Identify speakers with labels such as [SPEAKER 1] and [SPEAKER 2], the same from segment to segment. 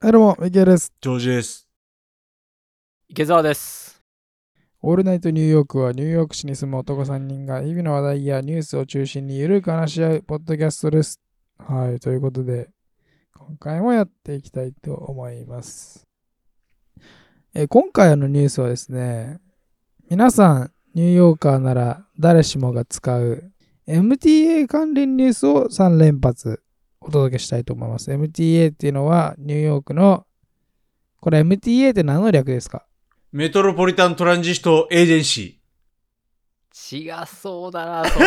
[SPEAKER 1] はい、どうも、ミケです。
[SPEAKER 2] ジョージです。
[SPEAKER 3] 池澤です。
[SPEAKER 1] オールナイトニューヨークはニューヨーク市に住む男3人が日々の話題やニュースを中心にゆるく話し合うポッドキャストです。はい、ということで、今回もやっていきたいと思います。えー今回のニュースはですね、皆さん、ニューヨーカーなら誰しもが使う MTA 関連ニュースを3連発お届けしたいと思います。MTA っていうのはニューヨークの、これ MTA って何の略ですか
[SPEAKER 2] メトロポリタントランジストエージェンシ
[SPEAKER 3] 違そうだ な、それ。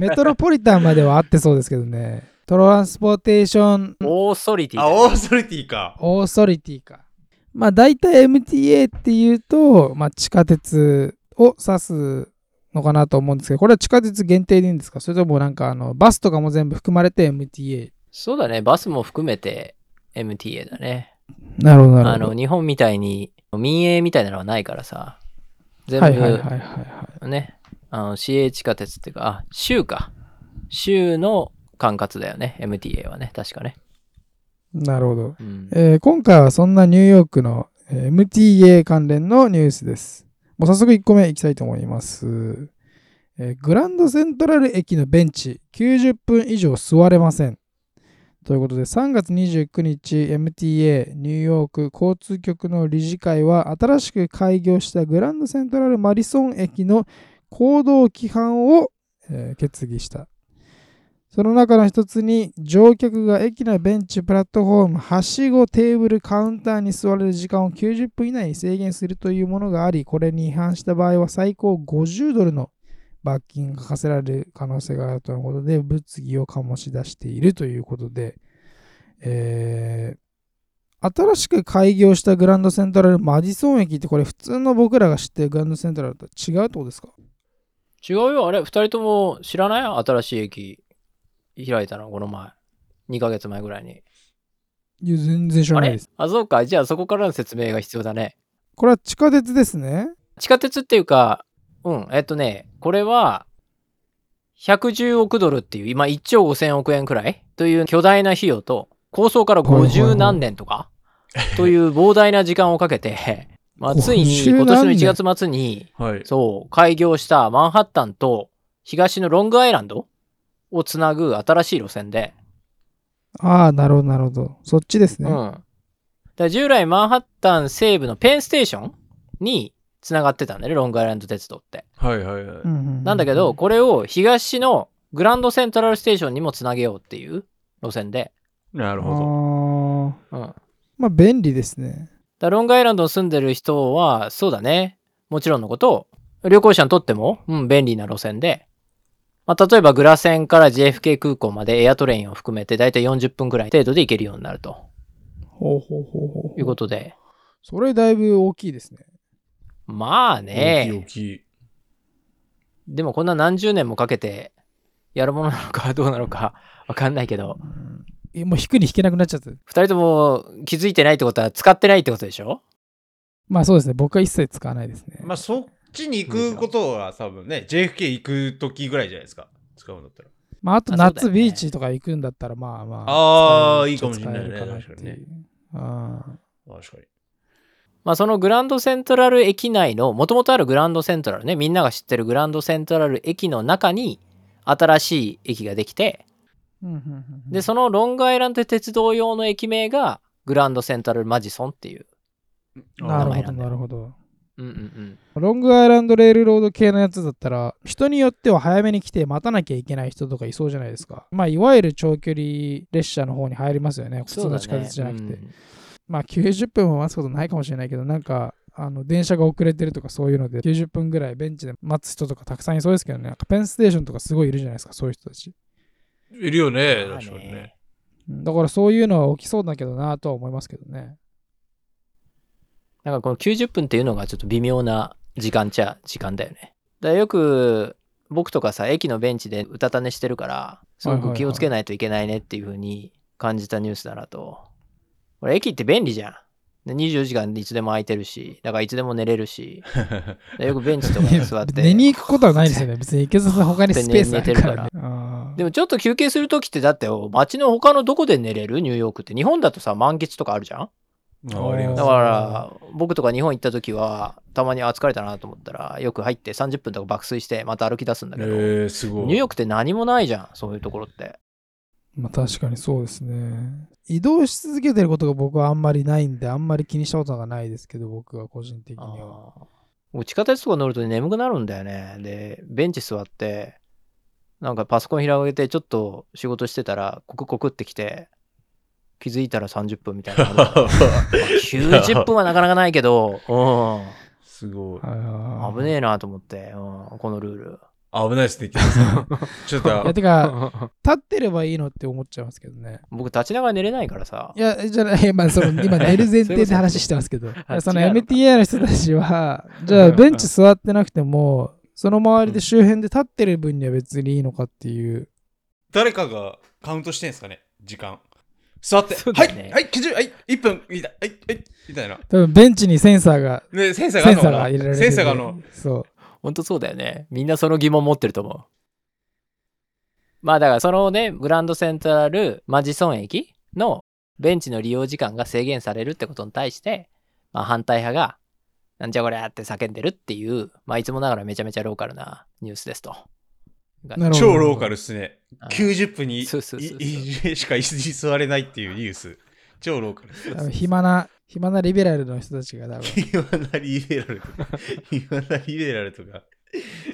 [SPEAKER 1] メトロポリタンまでは合ってそうですけどね。トランスポーテーション
[SPEAKER 3] オーソリテ
[SPEAKER 2] ー。
[SPEAKER 3] ィ。
[SPEAKER 2] あ、オーソリティか。
[SPEAKER 1] オーソリティか。まあ大体 MTA っていうと、まあ、地下鉄を指すのかなと思うんですけど、これは地下鉄限定でいいんですかそれともなんかあのバスとかも全部含まれて MTA。
[SPEAKER 3] そうだね、バスも含めて MTA だね。
[SPEAKER 1] なるほどな
[SPEAKER 3] あ
[SPEAKER 1] るほ
[SPEAKER 3] の、
[SPEAKER 1] ど。
[SPEAKER 3] 日本みたいに民営みたいなのはないからさ。全部、
[SPEAKER 1] はいはいはいはいは
[SPEAKER 3] ね、あの、市営地下鉄っていうか、あ、州か。州の管轄だよね、MTA はね、確かね。
[SPEAKER 1] い。なるほど。
[SPEAKER 3] うん、
[SPEAKER 1] えー今回はそんなニューヨークのえー MTA 関連のニュースです。もう早速1個目いきたいと思います。えーグランドセントラル駅のベンチ、90分以上座れません。ということで、3月29日、MTA ニューヨーク交通局の理事会は、新しく開業したグランドセントラルマリソン駅の行動規範を、えー決議した。その中の一つに乗客が駅のベンチ、プラットフォーム、はしご、テーブル、カウンターに座れる時間を90分以内に制限するというものがあり、これに違反した場合は最高50ドルの罰金が課せられる可能性があるとのことで、物議を醸し出しているということで、えー新しく開業したグランドセントラルマディソン駅ってこれ普通の僕らが知ってるグランドセントラルと違うってことですか
[SPEAKER 3] 違うよ、あれ、二人とも知らない新しい駅開いたの、この前。2ヶ月前ぐらいに。
[SPEAKER 1] いや、全然知ら
[SPEAKER 3] あ
[SPEAKER 1] ないで
[SPEAKER 3] れ
[SPEAKER 1] す。
[SPEAKER 3] あ、そうか。じゃあそこからの説明が必要だね。
[SPEAKER 1] これは地下鉄ですね。
[SPEAKER 3] 地下鉄っていうか、うん、えっとね、これは、110億ドルっていう、今1兆5000億円くらいという巨大な費用と、構想から50何年とか、という膨大な時間をかけて、 まあ、ついに
[SPEAKER 1] 50
[SPEAKER 3] 今年の
[SPEAKER 1] 何年
[SPEAKER 3] 1月末に、
[SPEAKER 2] はい。
[SPEAKER 3] そう、開業したマンハッタンと東のロングアイランドをつなぐ新しい路線で、
[SPEAKER 1] ああ、なるほど、なるほど。そっちです
[SPEAKER 3] う
[SPEAKER 1] ね。
[SPEAKER 3] ん。だから従来マンハッタン西部のペンステーションにつながってたんだよね、ロングアイランド鉄道って。
[SPEAKER 2] はいはいはい。
[SPEAKER 1] うんうんうん
[SPEAKER 3] なんだけど、これを東のグランドセントラルステーションにもつなげようっていう路線で、
[SPEAKER 2] なる
[SPEAKER 1] あ
[SPEAKER 2] ほ
[SPEAKER 1] ー
[SPEAKER 3] うん。だか
[SPEAKER 1] まあ、便利ですね。
[SPEAKER 3] らロングアイランドに住んでる人は、そうだね。もちろんのこと、旅行者にとっても、うん、便利な路線で、まあ、例えばグラセンから JFK 空港までエアトレインを含めて、だいたい40分くらい程度で行けるようになると
[SPEAKER 1] ほうほうほうほ
[SPEAKER 3] いうことで、
[SPEAKER 1] それだいぶ大きいですね。
[SPEAKER 3] まあ
[SPEAKER 2] ど。大
[SPEAKER 3] ね、
[SPEAKER 2] きい
[SPEAKER 3] でもこんな何十年もかけて、やるものなのかどうなのか わかんないけど、
[SPEAKER 1] えもう引くに引けなくなっちゃった。
[SPEAKER 3] 二人とも気づいてないってことは使ってないってことでしょ
[SPEAKER 1] まあそうですね。僕は一切使わないですね。
[SPEAKER 2] 大きい。まあそっちに行くことは多分ね、JFK 行く時ぐらいじゃないですか。使うんだったら。
[SPEAKER 1] まあ、あと
[SPEAKER 3] あそうだよね
[SPEAKER 1] 夏ビーチとか行くんだったら、まあまあ。使
[SPEAKER 2] あー
[SPEAKER 1] える
[SPEAKER 2] いいかもしれないね
[SPEAKER 1] 使えるなっていう
[SPEAKER 2] 確
[SPEAKER 1] あー
[SPEAKER 2] 確かに。
[SPEAKER 3] まあ、そのグランドセントラル駅内のもともとあるグランドセントラルねみんなが知ってるグランドセントラル駅の中に新しい駅ができて
[SPEAKER 1] うんうんうんうん
[SPEAKER 3] でそのロングアイランド鉄道用の駅名がグランドセントラルマジソンっていう、
[SPEAKER 1] なる
[SPEAKER 3] 名
[SPEAKER 1] ほ
[SPEAKER 3] 前
[SPEAKER 1] ど、
[SPEAKER 3] なんだ
[SPEAKER 1] な
[SPEAKER 3] よ
[SPEAKER 1] るほど。
[SPEAKER 3] うんうんうん、
[SPEAKER 1] ロングアイランドレールロード系のやつだったら、人によっては早めに来て待たなきゃいけない人とかいそうじゃないですか。まあ、いわゆる長距離列車の方に入りますよね。普通の地下鉄じゃなくて。
[SPEAKER 3] うん
[SPEAKER 1] まあ、90分も待つことないかもしれないけど、なんか、あの電車が遅れてるとかそういうので、90分ぐらいベンチで待つ人とかたくさんいそうですけどね、なんかペンステーションとかすごいいるじゃないですか、そういう人たち。
[SPEAKER 2] いるよね、
[SPEAKER 3] まあ
[SPEAKER 2] 確かにね。
[SPEAKER 1] うんだからそういうのは起きそうだけどなとは思いますけどね。
[SPEAKER 3] なんかこの90分っていうのがちょっと微妙な時間っちゃ時間だよね。だからよく僕とかさ駅のベンチでうたた寝してるからすごく気をつけないといけないねっていう風に感じたニュースだなと。これ駅って便利じゃん。で24時間いつでも空いてるし、だからいつでも寝れるし、でよくベンチとか
[SPEAKER 1] い
[SPEAKER 3] に
[SPEAKER 1] や
[SPEAKER 3] 座って。
[SPEAKER 1] 寝に行くことはないですよね。別に池澤さん他にスペースあるからね。あ
[SPEAKER 3] でもちょっと休憩するときってだって街の他のどこで寝れるニューヨークって日本だとさ満喫とかあるじゃん
[SPEAKER 2] ありま
[SPEAKER 3] だ
[SPEAKER 2] す
[SPEAKER 3] から僕とか日本行ったときはたまにあ疲れたなと思ったらよく入って30分とか爆睡してまた歩き出すんだけど、
[SPEAKER 2] えー、すごい。
[SPEAKER 3] ニューヨークって何もないじゃんそういうところって
[SPEAKER 1] ーまあ確かにそうですね。移動し続けてることが僕はあんまりないんで、あんまり気にしたことがないですけど、僕は個人的には。
[SPEAKER 3] あー僕地下鉄とか乗ると眠くなるんだよねでベンチ座ってなんかパソコン広げてちょっと仕事してたらコクコクってきて気づいたら30分みた いな90分はなかなかないけど、う
[SPEAKER 2] すごい。
[SPEAKER 1] あ
[SPEAKER 3] ん、
[SPEAKER 1] ー
[SPEAKER 3] 危ねえなと思って、うん、このルール。
[SPEAKER 2] 危ないですね、池田さんち ょっ
[SPEAKER 1] いや
[SPEAKER 2] と、
[SPEAKER 1] てか、立ってればいいのって思っちゃいますけどね。
[SPEAKER 3] 僕立ちながら寝れないからさ
[SPEAKER 1] い、や、じゃあ、 えまあ、その今、寝る前提で話してますけど、
[SPEAKER 3] あ
[SPEAKER 1] その
[SPEAKER 3] 違うの
[SPEAKER 1] MTA の人たちは、じゃあ、ベンチ座ってなくても、その周りで周辺で立ってる分には別にいいのかっていう。
[SPEAKER 2] 誰かがカウントしてんすかね、時間。座って、
[SPEAKER 3] そう
[SPEAKER 2] は
[SPEAKER 3] だね
[SPEAKER 2] い、はい、基準、はい、1分、みたい、はい、はい、みたいな。
[SPEAKER 1] 多分、ベンチにセンサーが、
[SPEAKER 2] ね、センサー
[SPEAKER 1] セン
[SPEAKER 2] があるの
[SPEAKER 1] サ
[SPEAKER 2] か
[SPEAKER 1] ーが入れられて
[SPEAKER 2] なセ
[SPEAKER 1] て
[SPEAKER 2] ンサーがあの、
[SPEAKER 1] そう。
[SPEAKER 3] ほんとそうだよね。みんなその疑問持ってると思う。まあだからそのね、グランドセントラルマジソン駅のベンチの利用時間が制限されるってことに対して、まあ反対派が、なんじゃこりゃって叫んでるっていう、まあいつもながらめちゃめちゃローカルなニュースですと。
[SPEAKER 1] なるほど
[SPEAKER 2] 超ローカルっすね。
[SPEAKER 3] あ
[SPEAKER 2] 90分にいい
[SPEAKER 3] そうそうそうそう
[SPEAKER 2] いしか椅子に座れないっていうニュース。超ローカルっす。
[SPEAKER 1] 多分暇な、暇なリベラルの人たちが、 多分、
[SPEAKER 2] 今なリベラルとか、今なリベラルとか。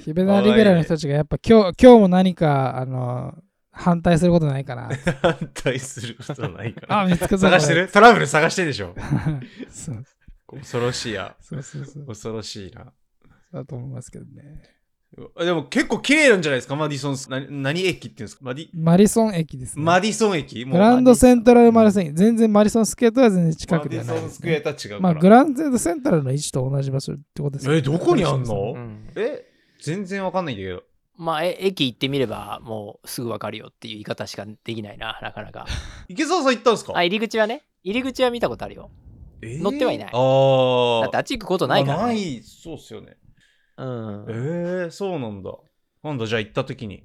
[SPEAKER 1] 暇なリベラルの人たちが、やっぱ、今日、今日も何か、あの、反対することないかな。
[SPEAKER 2] 反対することないか
[SPEAKER 1] あ、
[SPEAKER 2] ら。
[SPEAKER 1] 見つけた。
[SPEAKER 2] 探してるトラブル探してるでしょ。
[SPEAKER 1] そう
[SPEAKER 2] 恐ろしいや。
[SPEAKER 1] そうそうそう。
[SPEAKER 2] 恐ろしいな。
[SPEAKER 1] だと思いますけどね。
[SPEAKER 2] あでも結構綺麗なんじゃないですかマディソンな何駅っていうんですかマディ
[SPEAKER 1] マリソン駅ですね。
[SPEAKER 2] マディソン駅も
[SPEAKER 1] グ
[SPEAKER 2] う
[SPEAKER 1] ランドセントラルマリソン駅。全然マリソンスケートは全然近
[SPEAKER 2] マ
[SPEAKER 1] く
[SPEAKER 2] デ
[SPEAKER 1] で
[SPEAKER 2] ィ
[SPEAKER 1] はない
[SPEAKER 2] ソ
[SPEAKER 1] で
[SPEAKER 2] ン
[SPEAKER 1] す
[SPEAKER 2] スクエア
[SPEAKER 1] ね。
[SPEAKER 2] タッチがある
[SPEAKER 1] ま
[SPEAKER 2] か
[SPEAKER 1] あ、
[SPEAKER 2] ら、
[SPEAKER 1] グランドセントラルの位置と同じ場所ってことですよね
[SPEAKER 2] えどこにあんの
[SPEAKER 3] うん
[SPEAKER 2] え全然わかんないんだけど
[SPEAKER 3] まあ、え駅行ってみればもうすぐわかるよっていう言い方しかできないな、なかなか。
[SPEAKER 2] 池澤さん行ったんですか
[SPEAKER 3] あ、入り口はね、入り口は見たことあるよ。
[SPEAKER 2] えー
[SPEAKER 3] 乗ってはいない
[SPEAKER 2] あー
[SPEAKER 3] だってあっち行くことないから、ね。
[SPEAKER 2] まあないそうっすよね
[SPEAKER 3] うん
[SPEAKER 2] えー、そうなんだ今度じゃあ行った時に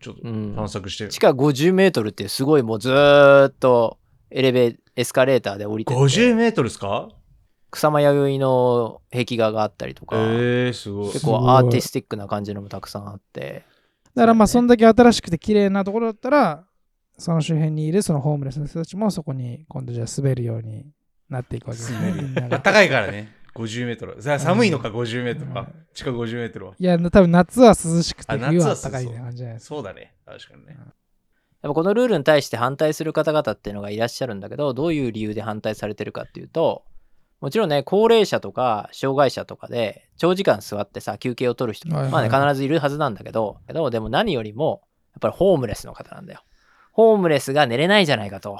[SPEAKER 2] ちょっと
[SPEAKER 3] うん
[SPEAKER 2] 探索して、
[SPEAKER 3] 地下50メートルってすごいもうずーっとエレベエスカレーターで降りてって
[SPEAKER 2] 50メートルですか
[SPEAKER 3] 草間弥生の壁画があったりとか、
[SPEAKER 2] えー、すごい
[SPEAKER 3] 結
[SPEAKER 1] すご
[SPEAKER 3] 構
[SPEAKER 1] い
[SPEAKER 3] アーティスティックな感じのもたくさんあって
[SPEAKER 1] だからまあ、そんだけ新しくて綺麗なところだったら、その周辺にいるそのホームレスの人たちもそこに今度じゃあ滑るようになっていくわけですね。みんな
[SPEAKER 2] あ
[SPEAKER 1] が
[SPEAKER 2] ったかいからね50メートルさあ寒いのか50メートル
[SPEAKER 1] う
[SPEAKER 2] か
[SPEAKER 1] ん
[SPEAKER 2] 地下50メートルはい
[SPEAKER 1] や、多分夏は涼しくて
[SPEAKER 2] あ
[SPEAKER 1] 冬はあっ
[SPEAKER 2] 夏
[SPEAKER 1] た
[SPEAKER 2] は
[SPEAKER 1] か
[SPEAKER 2] 涼
[SPEAKER 1] い
[SPEAKER 2] し
[SPEAKER 1] みたい
[SPEAKER 2] そう
[SPEAKER 1] な感じじゃないですか。
[SPEAKER 2] そうだね確かにね
[SPEAKER 3] やっぱこのルールに対して反対する方々っていうのがいらっしゃるんだけどどういう理由で反対されてるかっていうともちろんね高齢者とか障害者とかで長時間座ってさ休憩を取る人、
[SPEAKER 1] はいはい
[SPEAKER 3] まあね必ずいるはずなんだけどけどでも何よりもやっぱりホームレスの方なんだよホームレスが寝れないじゃないかと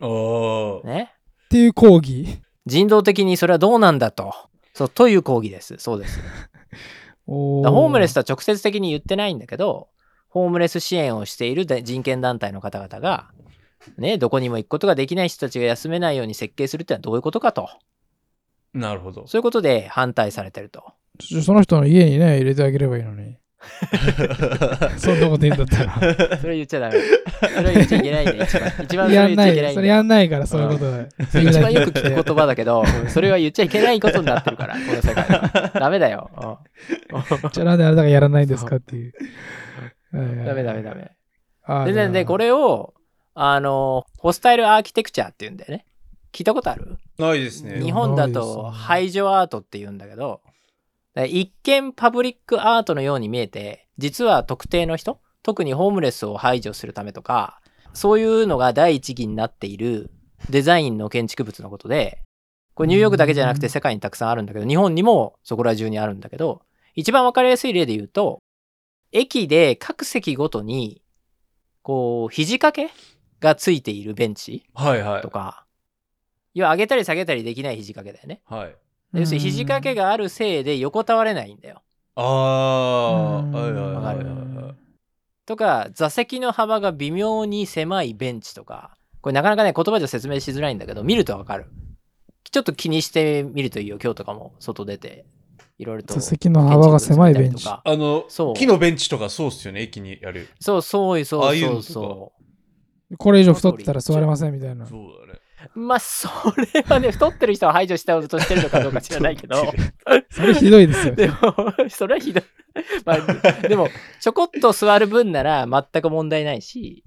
[SPEAKER 2] おー
[SPEAKER 3] ね
[SPEAKER 1] っていう講 義。
[SPEAKER 3] 人道的にそれはどうなんだと。そうという抗議です。そうです。だか
[SPEAKER 1] お
[SPEAKER 3] らホームレス
[SPEAKER 1] だ
[SPEAKER 3] とは直接的に言ってないんだけど、ホームレス支援をしているで人権団体の方々が、ね、どこにも行くことができない人たちが休めないように設計するってのはどういうことかと。
[SPEAKER 2] なるほど
[SPEAKER 3] そういうことで反対されてると。
[SPEAKER 1] その人の家にね、入れてあげればいいの に。 そんなこと言うんだったら。
[SPEAKER 3] それ言っちゃダメ。それ言っちゃいけないんだよ。一番 一番それ
[SPEAKER 1] や
[SPEAKER 3] 言
[SPEAKER 1] ん
[SPEAKER 3] っちゃ
[SPEAKER 1] ない
[SPEAKER 3] けない
[SPEAKER 1] い、
[SPEAKER 3] ん
[SPEAKER 1] そ
[SPEAKER 3] だ
[SPEAKER 1] れや
[SPEAKER 3] よ。
[SPEAKER 1] んないから、そういうことで。
[SPEAKER 3] そ れ一番よく聞く言葉だけど、それは言っちゃいけないことになってるから、この世界は。ダメだよ。 うん
[SPEAKER 1] じゃあなんであなたがやらないんですかっていう。ダ
[SPEAKER 3] ダメダメダメ。
[SPEAKER 1] メ
[SPEAKER 3] でね、で、これを、あの、ホスタイルアーキテクチャっていうんだよね。聞いたことある
[SPEAKER 2] ないですね
[SPEAKER 3] 日本だ
[SPEAKER 1] な
[SPEAKER 3] と
[SPEAKER 1] いですね
[SPEAKER 3] 排除アートって言うんだけど、だから一見パブリックアートのように見えて、実は特定の人、特にホームレスを排除するためとか、そういうのが第一義になっているデザインの建築物のことで、これニューヨークだけじゃなくて世界にたくさんあるんだけど、日本にもそこら中にあるんだけど、一番わかりやすい例で言うと、駅で各席ごとに、こう、肘掛けがついているベンチ
[SPEAKER 2] はいはい
[SPEAKER 3] とか、要は上げたり下げたりできない肘掛けだよね。
[SPEAKER 2] はい
[SPEAKER 3] 要するに肘掛け
[SPEAKER 1] が。
[SPEAKER 3] があるせいで横たわれないんだよ。
[SPEAKER 2] ああ
[SPEAKER 1] うん
[SPEAKER 2] はいはいはいは
[SPEAKER 3] わか
[SPEAKER 2] い
[SPEAKER 3] る
[SPEAKER 2] はい
[SPEAKER 3] とか、座席の幅が微妙に狭いベンチとか、これなかなかね、言葉じゃ説明しづらいんだけど、見るとわかる。ちょっと気にしてみるといいよ、今日とかも外出て、いろいろと
[SPEAKER 1] 座。席の幅が狭いベンチ。
[SPEAKER 3] 建築物見たりとか
[SPEAKER 2] あの
[SPEAKER 3] そう、
[SPEAKER 2] 木のベンチとかそうっすよね、駅にある。
[SPEAKER 3] そう、そういそ
[SPEAKER 2] ああ
[SPEAKER 3] う
[SPEAKER 2] いう
[SPEAKER 3] そ
[SPEAKER 2] の
[SPEAKER 3] う
[SPEAKER 2] と
[SPEAKER 3] そ
[SPEAKER 1] これ以上太ってたら座れませんみたいな。
[SPEAKER 2] そうだね。
[SPEAKER 3] う。まあ、それはね、太ってる人は排除したとしてるのかどうか知らないけど。
[SPEAKER 1] それひどいですよ。
[SPEAKER 3] でも、それはひどい。 まあ、でも、ちょこっと座る分なら全く問題ないし、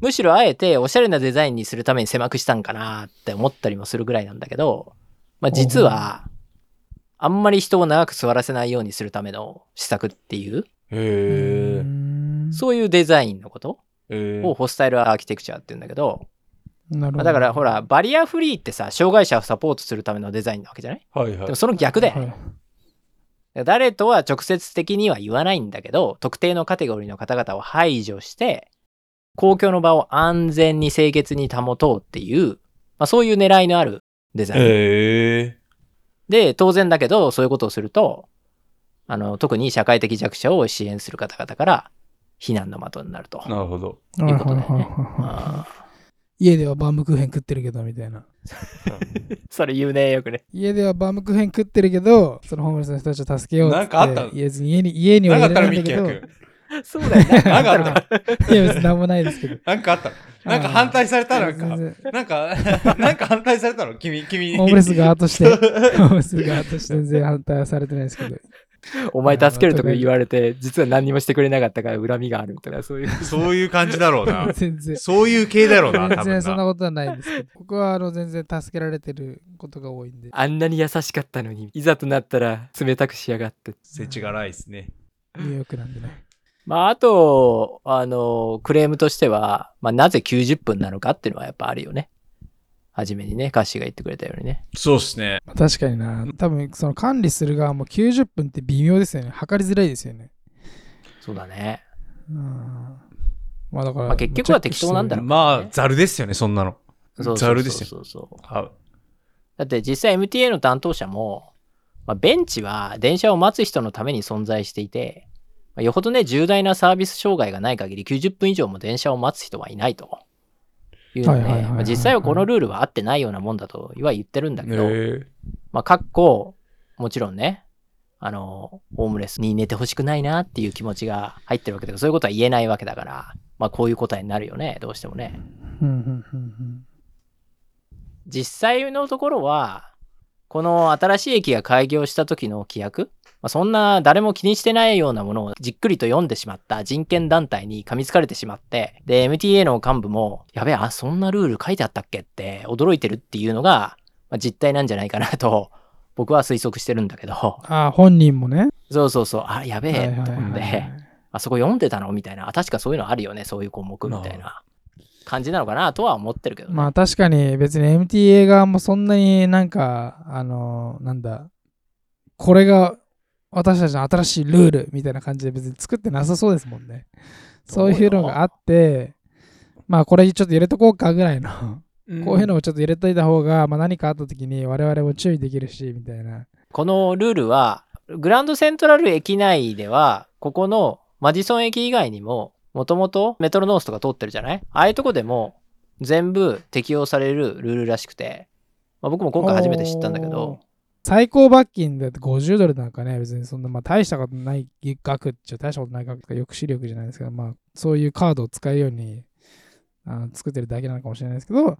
[SPEAKER 3] むしろあえておしゃれなデザインにするために狭くしたんかなって思ったりもするぐらいなんだけど、まあ実は、あんまり人を長く座らせないようにするための施策っていう、
[SPEAKER 1] う
[SPEAKER 2] へ
[SPEAKER 1] ーん
[SPEAKER 3] そういうデザインのこと
[SPEAKER 2] え。
[SPEAKER 3] をホスタイルアーキテクチャって言うんだけど、
[SPEAKER 1] なる
[SPEAKER 3] ま
[SPEAKER 1] ほど。
[SPEAKER 3] あだからほら、バリアフリーってさ、障害者をサポートするためのデザインなわけじゃない
[SPEAKER 2] はいは
[SPEAKER 3] でもその逆だよね。
[SPEAKER 1] はい
[SPEAKER 3] 誰とは直接的には言わないんだけど、特定のカテゴリーの方々を排除して、公共の場を安全に清潔に保とうっていう、まあ、そういう狙いのあるデザイン。
[SPEAKER 2] へえ。
[SPEAKER 3] で、当然だけど、そういうことをすると、あの、特に社会的弱者を支援する方々から、非難の的になると。
[SPEAKER 2] なるほど。
[SPEAKER 1] はい
[SPEAKER 3] いう
[SPEAKER 1] は
[SPEAKER 3] ことだよね
[SPEAKER 1] いはいはい
[SPEAKER 3] あ
[SPEAKER 1] 家ではバームクーヘン食ってるけどみたいな。
[SPEAKER 3] ーそれ言うね、よくね。
[SPEAKER 1] 家ではバームクーヘン食ってるけど、そのホームレスの人たちを助けようっつって。
[SPEAKER 2] なんかあったの
[SPEAKER 1] 家に家に家には
[SPEAKER 2] なか
[SPEAKER 1] 入
[SPEAKER 2] っ
[SPEAKER 1] れ
[SPEAKER 2] た
[SPEAKER 1] な
[SPEAKER 2] ら
[SPEAKER 1] いん
[SPEAKER 2] ミ
[SPEAKER 1] だ
[SPEAKER 2] ッキ
[SPEAKER 1] け
[SPEAKER 2] ー
[SPEAKER 1] ど。
[SPEAKER 2] 君。
[SPEAKER 3] そうだよね。
[SPEAKER 2] なんかあった
[SPEAKER 1] い
[SPEAKER 2] の
[SPEAKER 1] や別に何もないですけど。
[SPEAKER 2] なんかあったのなんか反対されたなんか
[SPEAKER 1] 全、然
[SPEAKER 2] なんか、 なんか反対されたの君、君に。
[SPEAKER 1] ホームレス側とし て。
[SPEAKER 2] て。
[SPEAKER 1] ホームレス側として全然反対はされてないです けど。
[SPEAKER 3] お前助けるとか言われて、実は何にもしてくれなかったから恨みがあるみたいな、そういう。
[SPEAKER 2] そういう感じだろう な。
[SPEAKER 1] 全然。
[SPEAKER 2] そういう系だろうな、多
[SPEAKER 1] 全
[SPEAKER 2] 分
[SPEAKER 1] 然そんな
[SPEAKER 2] な。
[SPEAKER 1] ことはないんですけど。僕はあの全然助けられてることが多いんで。
[SPEAKER 3] あんなに優しかったのに、いざとなったら冷たくしやがって。
[SPEAKER 2] せちがらいですね。
[SPEAKER 1] ニューヨークなんでね。
[SPEAKER 3] まあ、あと、あの、クレームとしては、まあ、なぜ90分なのかっていうのはやっぱあるよね。初めにね、歌詞が言ってくれたようにね。
[SPEAKER 2] そうっすね。
[SPEAKER 1] まあ確かにな。多分その管理する側も90分って微妙ですよね。測りづらいですよね。
[SPEAKER 3] そうだね。
[SPEAKER 1] うんまあだから。
[SPEAKER 3] まあ結局は適当なんだろう
[SPEAKER 2] まあ、ざるですよね、そんなの。
[SPEAKER 3] そう
[SPEAKER 2] ざるですよ。
[SPEAKER 3] そうそうそう。
[SPEAKER 2] あ
[SPEAKER 3] だって実際 MTA の担当者も、まあ、ベンチは電車を待つ人のために存在していて、まあ、よほどね、重大なサービス障害がない限り90分以上も電車を待つ人はいないと。いうので、
[SPEAKER 1] はいはいはいはい
[SPEAKER 3] まあ実際はこのルールは合ってないようなもんだとは言ってるんだけど、
[SPEAKER 2] へえ
[SPEAKER 3] まあ、かっこ、もちろんね、あの、ホームレスに寝てほしくないなっていう気持ちが入ってるわけだから、そういうことは言えないわけだから、まあ、こういう答えになるよね、どうしてもね。
[SPEAKER 1] うんうんうん
[SPEAKER 3] 実際のところは、この新しい駅が開業した時の規約、まあ、そんな誰も気にしてないようなものをじっくりと読んでしまった人権団体に噛みつかれてしまって、で、MTA の幹部も、やべえ、あ、そんなルール書いてあったっけって驚いてるっていうのが、まあ、実態なんじゃないかなと、僕は推測してるんだけど。
[SPEAKER 1] ああ、本人もね。
[SPEAKER 3] そうそうそう、あ、やべ
[SPEAKER 1] は
[SPEAKER 3] え、
[SPEAKER 1] いはい
[SPEAKER 3] と思っ
[SPEAKER 1] はい
[SPEAKER 3] て、あそこ読んでたのみたいな、あ、確かそういうのあるよね、そういう項目みたいな感じなのかなとは思ってるけどね。
[SPEAKER 1] まあ確かに別に MTA 側もそんなになんか、あの、なんだ、これが私たちの新しいルールみたいな感じで別に作ってなさそうですもんね。そういうのがあって、まあこれちょっと入れとこうかぐらいの、こういうの をちょっと入れといた方が、まあ何かあった時に我々も注意できるし、みたいな。
[SPEAKER 3] このルールは、グランドセントラル駅内では、ここのマジソン駅以外にも、もともとメトロノースとか通ってるじゃないああいうとこでも、全部適用されるルールらしくて、まあ、僕も今回初めて知ったんだけど、
[SPEAKER 1] 最高罰金だって50ドルなんかね、別にそんな、まあ大したことない額っちゃ大したことない額とか抑止力じゃないですけど、まあそういうカードを使うようにあの作ってるだけなのかもしれないですけど、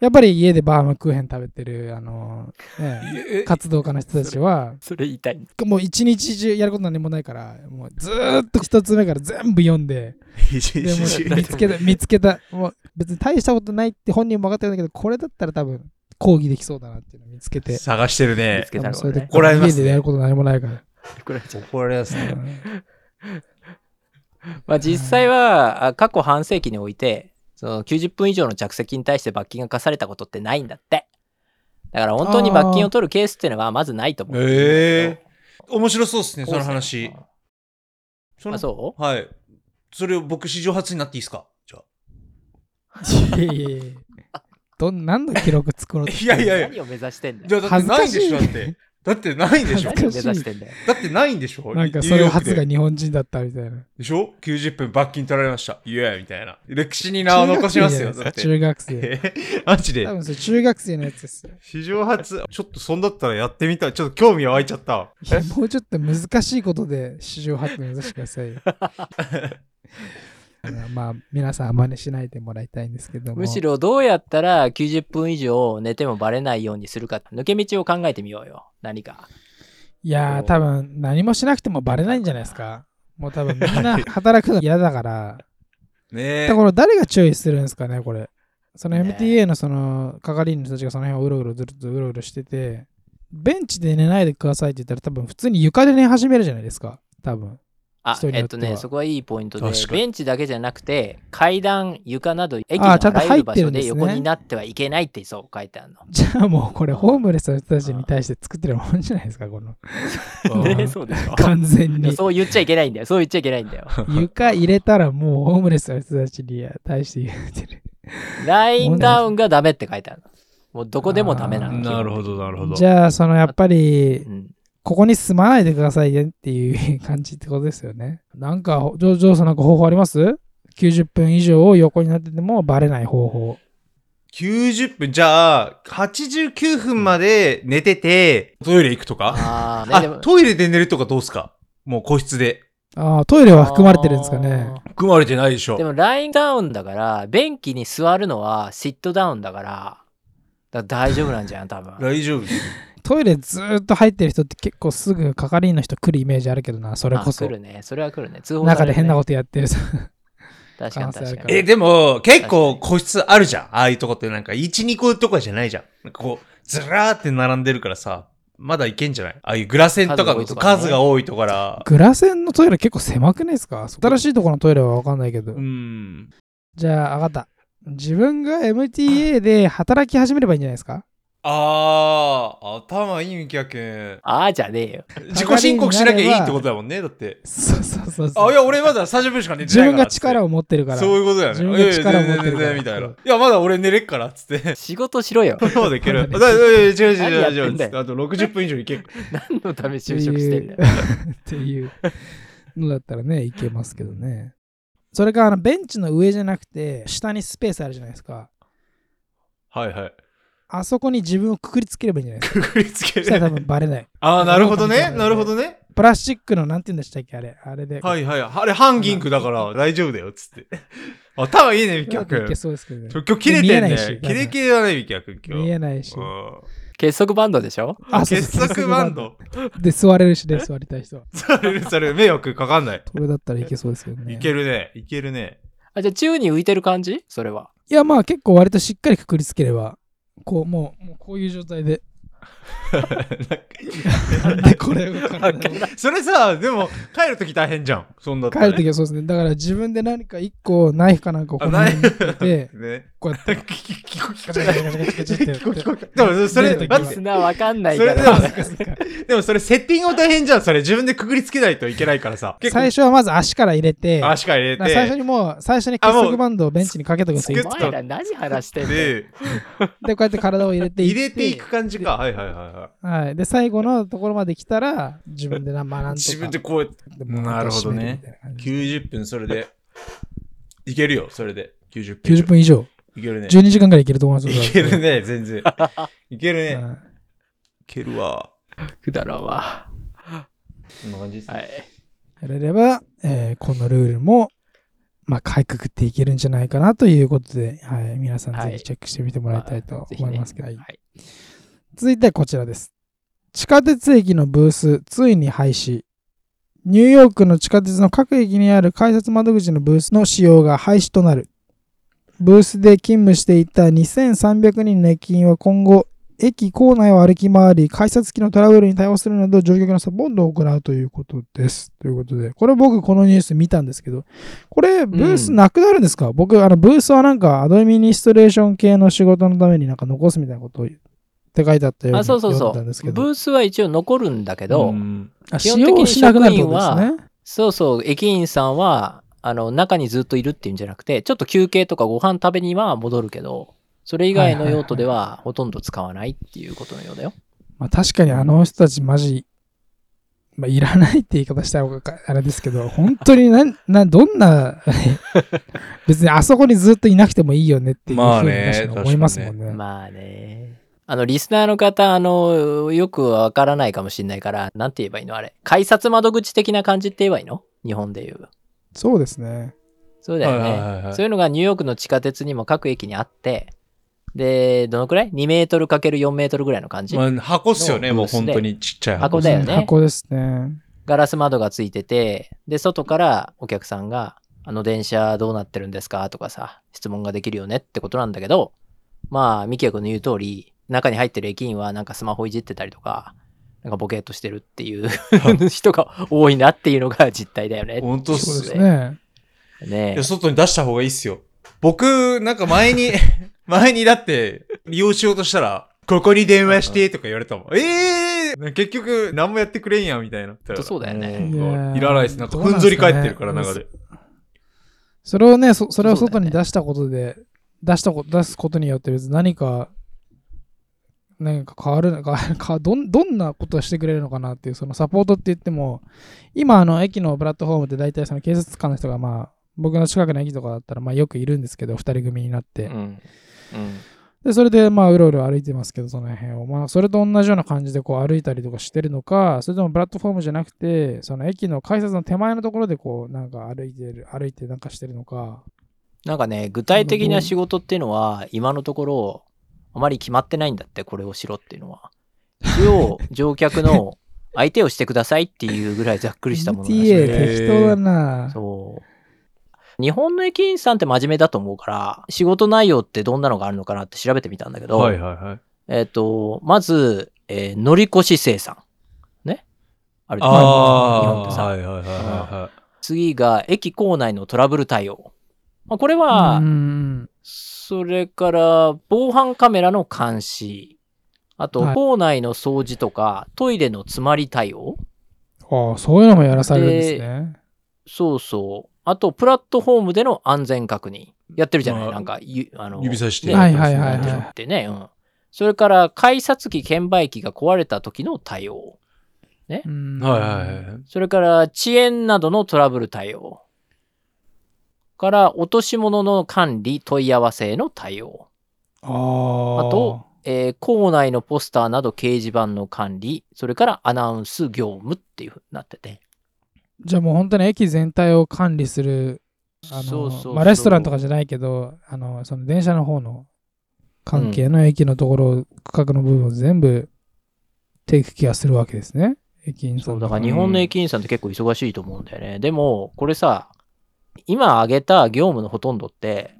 [SPEAKER 1] やっぱり家でバームクーヘン食べてる、あの、ね、活動家の人たちは、
[SPEAKER 3] それ言いたい。
[SPEAKER 1] もう一日中やること何もないから、もうずーっと一つ目から全部読んで、でもう見つけた、見つけた、もう別に大したことないって本人も分かってるんだけど、これだったら多分抗議できそうだなっていうのを見つけて、
[SPEAKER 2] 探してる
[SPEAKER 3] 見
[SPEAKER 2] ね
[SPEAKER 3] つ。けた
[SPEAKER 1] 多分それ
[SPEAKER 3] のね
[SPEAKER 1] で。
[SPEAKER 2] 怒られますね
[SPEAKER 1] 家でやること何もない から。
[SPEAKER 3] これじゃ
[SPEAKER 2] 怒られますね。
[SPEAKER 3] まあ実際は、あ過去半世紀において、その90分以上の着席に対して罰金が課されたことってないんだって。だから本当に罰金を取るケースっていうのはまずないと思う。
[SPEAKER 2] ええ。面白そうっすね、その話。その
[SPEAKER 3] あ、そう
[SPEAKER 2] はい。それを僕史上初になっていいですかじゃあ。
[SPEAKER 1] いやいやいやどん何の記録作ろうとし
[SPEAKER 2] い
[SPEAKER 1] て
[SPEAKER 2] や
[SPEAKER 1] る
[SPEAKER 2] いやいや。
[SPEAKER 3] 何を目指してんだよ
[SPEAKER 2] じゃあだってないんでしょだっ
[SPEAKER 1] 恥ずかしい
[SPEAKER 2] て。だ
[SPEAKER 1] 懐かしい
[SPEAKER 2] ってないでしょ
[SPEAKER 3] 何を目指してんだよ。
[SPEAKER 2] だってないんでしょ
[SPEAKER 1] なんかそれ初が
[SPEAKER 2] ニューヨークで
[SPEAKER 1] 日本人だったみたいな。
[SPEAKER 2] でしょ ?90 分罰金取られました。イエーイみたいな。歴史に名を残しますよ。だって。
[SPEAKER 1] 中学生じゃないですか。中学生。
[SPEAKER 2] え マジ
[SPEAKER 1] 多
[SPEAKER 2] で。
[SPEAKER 1] 分それ中学生のやつですよ。
[SPEAKER 2] 史上初、ちょっとそんだったらやってみたい。ちょっと興味湧いちゃったわ。
[SPEAKER 1] いやもうちょっと難しいことで市場発目指してくだ さいよ。あのまあ皆さん真似しないでもらいたいんですけども。
[SPEAKER 3] むしろどうやったら90分以上寝てもバレないようにするか、抜け道を考えてみようよ。何か。
[SPEAKER 1] いやー多分何もしなくてもバレないんじゃないですか。もう多分みんな働くの嫌だから。
[SPEAKER 2] ねえ
[SPEAKER 1] だ。から誰が注意するんですかねこれ。その
[SPEAKER 3] ね
[SPEAKER 1] MTA のその係員の人たちがその辺をうろうろずっとうろうろしてて、ベンチで寝ないでくださいって言ったら多分普通に床で寝始めるじゃないですか。多分。
[SPEAKER 3] あ
[SPEAKER 1] 人、に
[SPEAKER 3] え
[SPEAKER 1] よっ
[SPEAKER 3] っ
[SPEAKER 1] て
[SPEAKER 3] と
[SPEAKER 1] は
[SPEAKER 3] ね、そこはいいポイントで
[SPEAKER 2] 確、かに
[SPEAKER 3] ベンチだけじゃなくて、階段、床など、駅の
[SPEAKER 1] あ
[SPEAKER 3] あ
[SPEAKER 1] ーちゃんと
[SPEAKER 3] らゆ
[SPEAKER 1] 入っ
[SPEAKER 3] る
[SPEAKER 1] て
[SPEAKER 3] 場
[SPEAKER 1] る
[SPEAKER 3] 所
[SPEAKER 1] んですね
[SPEAKER 3] で横になってはいけないってそう書いてあるの。
[SPEAKER 1] じゃあもうこれホームレスの人たちに対して作ってるもんじゃないですかこの
[SPEAKER 2] うん
[SPEAKER 3] ね、そう でしょ。
[SPEAKER 1] 完全
[SPEAKER 3] でも
[SPEAKER 1] に。
[SPEAKER 3] そう言っちゃいけないんだよ。そう言っちゃいけないんだ よ。
[SPEAKER 1] 床入れたらもうホームレスの人たちに対して言ってる。
[SPEAKER 3] ラインダウンがダメって書いてあるの。もうどこでもダメなの。
[SPEAKER 2] なるほど、なるほど。
[SPEAKER 1] じゃあそのやっぱり
[SPEAKER 3] うん。
[SPEAKER 1] ここに住まないでくださいねっていう感じってことですよね。なんかジョジョーさんなんか方法あります ?90 分以上を横になっててもバレない方法。
[SPEAKER 2] 90分、じゃあ、89分まで寝てて、トイレ行くとか
[SPEAKER 3] ああ、ね、で
[SPEAKER 2] あ、
[SPEAKER 3] も。
[SPEAKER 2] トイレで寝るとかどうすかもう個室で。
[SPEAKER 1] ああ、トイレは含まれてるんですかね。
[SPEAKER 2] 組まれてないでし
[SPEAKER 3] あー。で
[SPEAKER 2] ょ。
[SPEAKER 3] もラインダウンだから、便器に座るのはシットダウンだから、だから大丈夫なんじゃん、多 分。
[SPEAKER 2] 大丈夫。
[SPEAKER 1] トイレずーっと入ってる人って結構すぐ係員の人来るイメージあるけどな、それこ
[SPEAKER 3] あ
[SPEAKER 1] そ
[SPEAKER 3] 来。るね。それは来るね。通報さ
[SPEAKER 1] 中
[SPEAKER 3] れるね
[SPEAKER 1] で変なことやってるさ。
[SPEAKER 3] 確か
[SPEAKER 1] 可
[SPEAKER 3] に確
[SPEAKER 1] 能性ある
[SPEAKER 3] か
[SPEAKER 1] から
[SPEAKER 3] に。
[SPEAKER 2] え、でも、結構個室あるじゃん。ああいうとこってなんか、1、2個とかじゃないじゃん。なんかこう、ずらーって並んでるからさ、まだいけんじゃないああいうグラセンとかの
[SPEAKER 3] 数が多いとかね
[SPEAKER 2] 数が多いとこから。
[SPEAKER 1] グラセンのトイレ結構狭くないですか新しいところのトイレはわかんないけど。
[SPEAKER 2] うん。
[SPEAKER 1] じゃあ、あがった。自分が MTA で働き始めればいいんじゃないですか
[SPEAKER 2] あー、頭いいみきゃけん。
[SPEAKER 3] ああじゃねえよ。
[SPEAKER 2] 自己申告しなきゃいいってことだもんね、だって。
[SPEAKER 1] そうそうそうそう。
[SPEAKER 2] あ、いや、俺まだ30分しか寝て
[SPEAKER 1] 自
[SPEAKER 2] ない
[SPEAKER 1] 分
[SPEAKER 2] から
[SPEAKER 1] が
[SPEAKER 2] っつって。
[SPEAKER 1] 力を持ってるから。
[SPEAKER 2] そういうことだよね。
[SPEAKER 1] 自分が力を持ってるから
[SPEAKER 2] いやいや全然全然みたいな。いや、まだ俺寝れっからっつって。
[SPEAKER 3] 仕事し ろよ。
[SPEAKER 2] そうでいけ る。
[SPEAKER 1] そ
[SPEAKER 2] だ
[SPEAKER 1] う
[SPEAKER 2] だ違う違う
[SPEAKER 3] 何
[SPEAKER 2] 違
[SPEAKER 3] や
[SPEAKER 2] う
[SPEAKER 3] ってんだ
[SPEAKER 2] 違
[SPEAKER 3] よ
[SPEAKER 2] う。あと60分以上いける。
[SPEAKER 3] 何のため
[SPEAKER 1] って
[SPEAKER 3] 就職してん
[SPEAKER 1] い
[SPEAKER 3] だ
[SPEAKER 1] う
[SPEAKER 3] よ。
[SPEAKER 1] っていうのだったらね、いけますけどね。それか、あの、ベンチの上じゃなくて、下にスペースあるじゃないですか。
[SPEAKER 2] はいはい。
[SPEAKER 1] あそこに自分をくくりつければいいんじゃないですか。
[SPEAKER 2] くくりつ
[SPEAKER 1] そ
[SPEAKER 2] け
[SPEAKER 1] した
[SPEAKER 2] る。
[SPEAKER 1] ら多分バレない。
[SPEAKER 2] ああ、なるほどね。なるほどね。
[SPEAKER 1] プラスチックの、なんて言うんでしたっけあれ。あれで。
[SPEAKER 2] はいはい。あれ、ハンギングだから大丈夫だよ、つって。頭いいね、みきゃ
[SPEAKER 1] うま
[SPEAKER 2] く
[SPEAKER 1] くい
[SPEAKER 2] ん。
[SPEAKER 1] け
[SPEAKER 2] ち
[SPEAKER 1] そうですけどね。
[SPEAKER 2] ょ今日切れてん
[SPEAKER 1] 見えない
[SPEAKER 2] ね
[SPEAKER 1] し。
[SPEAKER 2] キレキレだね、みきゃくん、今
[SPEAKER 1] 見え
[SPEAKER 2] 日。
[SPEAKER 1] ないし。
[SPEAKER 3] 結束バンドでしょ
[SPEAKER 2] うん
[SPEAKER 1] あそう
[SPEAKER 2] 傑
[SPEAKER 1] そう
[SPEAKER 2] 作バンド。
[SPEAKER 1] で、座れるしで、座りたい人は。
[SPEAKER 2] それ、 それ、迷惑かかんない。
[SPEAKER 1] これだったらいけそうですけどね。
[SPEAKER 2] いけるね。いけるね。
[SPEAKER 3] あ、じゃあ宙に浮いてる感じそれ は。
[SPEAKER 1] いや、まあ結構割としっかりくくりつければ、こう、もう、もうこういう状態で。で、これを体を
[SPEAKER 2] それさ、でも、帰るとき大変じゃん。そんだった
[SPEAKER 1] 帰
[SPEAKER 2] ら
[SPEAKER 1] る
[SPEAKER 2] ね
[SPEAKER 1] ときはそうですね。だから自分で何か一個ナイフかなんかをこの辺に持ってて、
[SPEAKER 2] ね。
[SPEAKER 1] こうやって、
[SPEAKER 2] 聞こ聞
[SPEAKER 1] ガ
[SPEAKER 2] こ
[SPEAKER 1] チャガチャガチャガチャガチャってやって。
[SPEAKER 2] でもそれ
[SPEAKER 1] 出る時は
[SPEAKER 2] 待っ
[SPEAKER 3] 砂わかんないか
[SPEAKER 2] それでも
[SPEAKER 3] ら。
[SPEAKER 2] てでもそれセッティングも大変じゃんそれ自分でくくりつけないといけないからさ
[SPEAKER 1] 最初はまず足から入れて、
[SPEAKER 2] 構足から入れ
[SPEAKER 1] だから最初
[SPEAKER 2] て
[SPEAKER 1] にもう、最初に結束バンドをベンチにかけとくんですよ。
[SPEAKER 2] つ
[SPEAKER 3] お
[SPEAKER 2] く
[SPEAKER 3] 前ら何話してんだよ。
[SPEAKER 2] で
[SPEAKER 1] で、こうやって体を入れていっ
[SPEAKER 2] 入れていく。感じかはいはいはいはい
[SPEAKER 1] はい。で、最後のところまで来たら、自分でな、まあなんとか。
[SPEAKER 2] 自分でこうやって
[SPEAKER 1] もう
[SPEAKER 2] なるほど
[SPEAKER 1] 締
[SPEAKER 2] ね
[SPEAKER 1] めるみたいな感じ。
[SPEAKER 2] 90分それでいけるよそれで90分
[SPEAKER 1] 90分以上。
[SPEAKER 2] いけるね
[SPEAKER 1] 12時間ぐらいいけると思いますよ。
[SPEAKER 2] いけるね全然いける
[SPEAKER 1] 多
[SPEAKER 2] ね
[SPEAKER 1] 分。
[SPEAKER 2] いけるわ
[SPEAKER 3] くだらんわ。
[SPEAKER 2] こんな感じです
[SPEAKER 3] はい。
[SPEAKER 1] やれれば、えーこのルールも、まあ、かいくぐっていけるんじゃないかなということで、はい、皆さん
[SPEAKER 3] は
[SPEAKER 1] ぜ
[SPEAKER 3] い
[SPEAKER 1] ひチェックしてみてもらいたいと思いますけど、
[SPEAKER 3] はい
[SPEAKER 1] はい続いてはこちらです。地下鉄駅のブース、ついに廃止。ニューヨークの地下鉄の各駅にある改札窓口のブースの使用が廃止となる。ブースで勤務していた2300人の駅員は今後、駅構内を歩き回り、改札機のトラブルに対応するなど、乗客のサポートを行うということです。ということで、これ僕このニュース見たんですけど、これブースなくなるんですか、僕、あの、ブースはなんかアドミニストレーション系の仕事のためになんか残すみたいなことを言うって書いてあったよう
[SPEAKER 3] あ
[SPEAKER 1] に
[SPEAKER 3] そうそうそ
[SPEAKER 1] 読んだんですけ
[SPEAKER 3] う。
[SPEAKER 1] ど。
[SPEAKER 3] ブースは一応残るんだけど、
[SPEAKER 2] うん
[SPEAKER 1] あ
[SPEAKER 3] 基
[SPEAKER 1] 使
[SPEAKER 3] 本的に
[SPEAKER 1] 用しなくなるってことです
[SPEAKER 3] 職
[SPEAKER 1] ね。
[SPEAKER 3] そうそう、駅員さんは、あの、中にずっといるっていうんじゃなくて、ちょっと休憩とかご飯食べには戻るけど、それ以外の用途ではほとんど使わないっていうことのようだよ。
[SPEAKER 1] まあ確かにあの人たちマジ、まあ、いらないって言い方したらおかあれですけど、本当になん、なんどんな、 別にあそこにずっといなくてもいいよねっていうふ
[SPEAKER 2] まあ
[SPEAKER 1] うに
[SPEAKER 2] ね
[SPEAKER 1] 確かに思いますもんね。
[SPEAKER 3] まあね。あの、リスナーの方、あの、よくわからないかもしれないから、なんて言えばいいのあれ。改札窓口的な感じって言えばいいの日本で言う。
[SPEAKER 1] そうですね。
[SPEAKER 3] そうだよね、
[SPEAKER 2] はいはいはいはい
[SPEAKER 3] そういうのがニューヨークの地下鉄にも各駅にあって、で、どのくらい ?2 メートル ×4 メートルぐらいの感じ、
[SPEAKER 2] まあ、箱っすよね、
[SPEAKER 3] の
[SPEAKER 2] もう本当にちっちゃい箱
[SPEAKER 3] 箱。だよね
[SPEAKER 1] うん箱ですね。
[SPEAKER 3] ガラス窓がついてて、で、外からお客さんが、あの電車どうなってるんですかとかさ、質問ができるよねってことなんだけど、まあ、ミキヤ君の言う通り、中に入ってる駅員はなんかスマホいじってたりとか、なんかボケーっとしてるっ ていう人が多いなっていうのが実態だよね。
[SPEAKER 2] 本当っ
[SPEAKER 1] そう
[SPEAKER 2] す
[SPEAKER 1] で
[SPEAKER 2] よ
[SPEAKER 1] すね。
[SPEAKER 3] ね
[SPEAKER 2] いや外に出した方がいいっすよ。僕、なんか前に、 前にだって、利用しようとしたら、ここに電話してとか言われたもん。ええー、結局、何もやってくれんやんみたいな。
[SPEAKER 3] そうだよね
[SPEAKER 2] もう
[SPEAKER 1] いやー
[SPEAKER 2] いらないっす。なんか、ふんぞり返ってるか
[SPEAKER 1] ど
[SPEAKER 2] ら、
[SPEAKER 1] うなん
[SPEAKER 2] 中
[SPEAKER 1] すか
[SPEAKER 2] で
[SPEAKER 1] ね。それをね、そそれを
[SPEAKER 3] そう
[SPEAKER 1] 外
[SPEAKER 3] だよね
[SPEAKER 1] に出したことで、出したこと、出すことによって別に何か、何か変わる のか、かどんどんなことをしてくれるのかなっていう、そのサポートって言っても、今、あの、駅のプラットフォームって大体その警察官の人が、まあ、僕の近くの駅とかだったら、まあ、よくいるんですけど、二人組になって。
[SPEAKER 3] うん。うん。
[SPEAKER 1] で、それで、まあ、うろうろ歩いてますけど、その辺を。まあ、それと同じような感じで、こう、歩いたりとかしてるのか、それともプラットフォームじゃなくて、その駅の改札の手前のところで、こう、なんか歩いてる、歩いてなんかしてるのか、
[SPEAKER 3] なんかね、具体的な仕事っていうのは、今のところ、あまり決まってないんだって、これをしろっていうのは。一応、乗客の相手をしてくださいっていうぐらいざっくりしたものらしいん
[SPEAKER 1] MTA
[SPEAKER 3] で
[SPEAKER 1] 適当だな。
[SPEAKER 3] そう。日本の駅員さんって真面目だと思うから、仕事内容ってどんなのがあるのかなって調べてみたんだけど、
[SPEAKER 2] はいはいはい。
[SPEAKER 3] えっ、と、まず、えー乗り越し生産。ね。あるじゃん日
[SPEAKER 2] あ
[SPEAKER 3] 本って
[SPEAKER 2] あ、
[SPEAKER 3] さ。
[SPEAKER 2] はいはいはいは
[SPEAKER 3] 次が、駅構内のトラブル対応。まあ、これは、
[SPEAKER 1] うん
[SPEAKER 3] それから、防犯カメラの監視。あと、
[SPEAKER 1] はい
[SPEAKER 3] 校内の掃除とか、トイレの詰まり対応
[SPEAKER 1] ああ、そういうのもやらされるんですね。
[SPEAKER 3] そうそう。あと、プラットフォームでの安全確認。やってるじゃない、
[SPEAKER 2] まあ
[SPEAKER 3] なんか、ゆあの、
[SPEAKER 2] い。指差して。
[SPEAKER 3] ね
[SPEAKER 1] はいはいはいはい
[SPEAKER 3] やってね、うん。それから、改札機、券売機が壊れた時の対応。
[SPEAKER 1] うん
[SPEAKER 2] はいはいはい。
[SPEAKER 3] それから、遅延などのトラブル対応。から、落とし物の管理、問い合わせへの対応。
[SPEAKER 1] ああ。
[SPEAKER 3] あと、えー校内のポスターなど掲示板の管理、それからアナウンス業務っていうふうになってて。
[SPEAKER 1] じゃあもう本当に駅全体を管理する、あの
[SPEAKER 3] そうそうそう
[SPEAKER 1] まあ、レストランとかじゃないけど、あのその電車の方の関係の駅のところ、区画の部分を全部テイクケアするわけですね。駅員さ
[SPEAKER 3] そ
[SPEAKER 1] ん
[SPEAKER 3] う、
[SPEAKER 1] と
[SPEAKER 3] だ
[SPEAKER 1] か
[SPEAKER 3] から
[SPEAKER 1] ね
[SPEAKER 3] 日本の駅員さんって結構忙しいと思うんだよね。でも、これさ、今挙げた業務のほとんどって、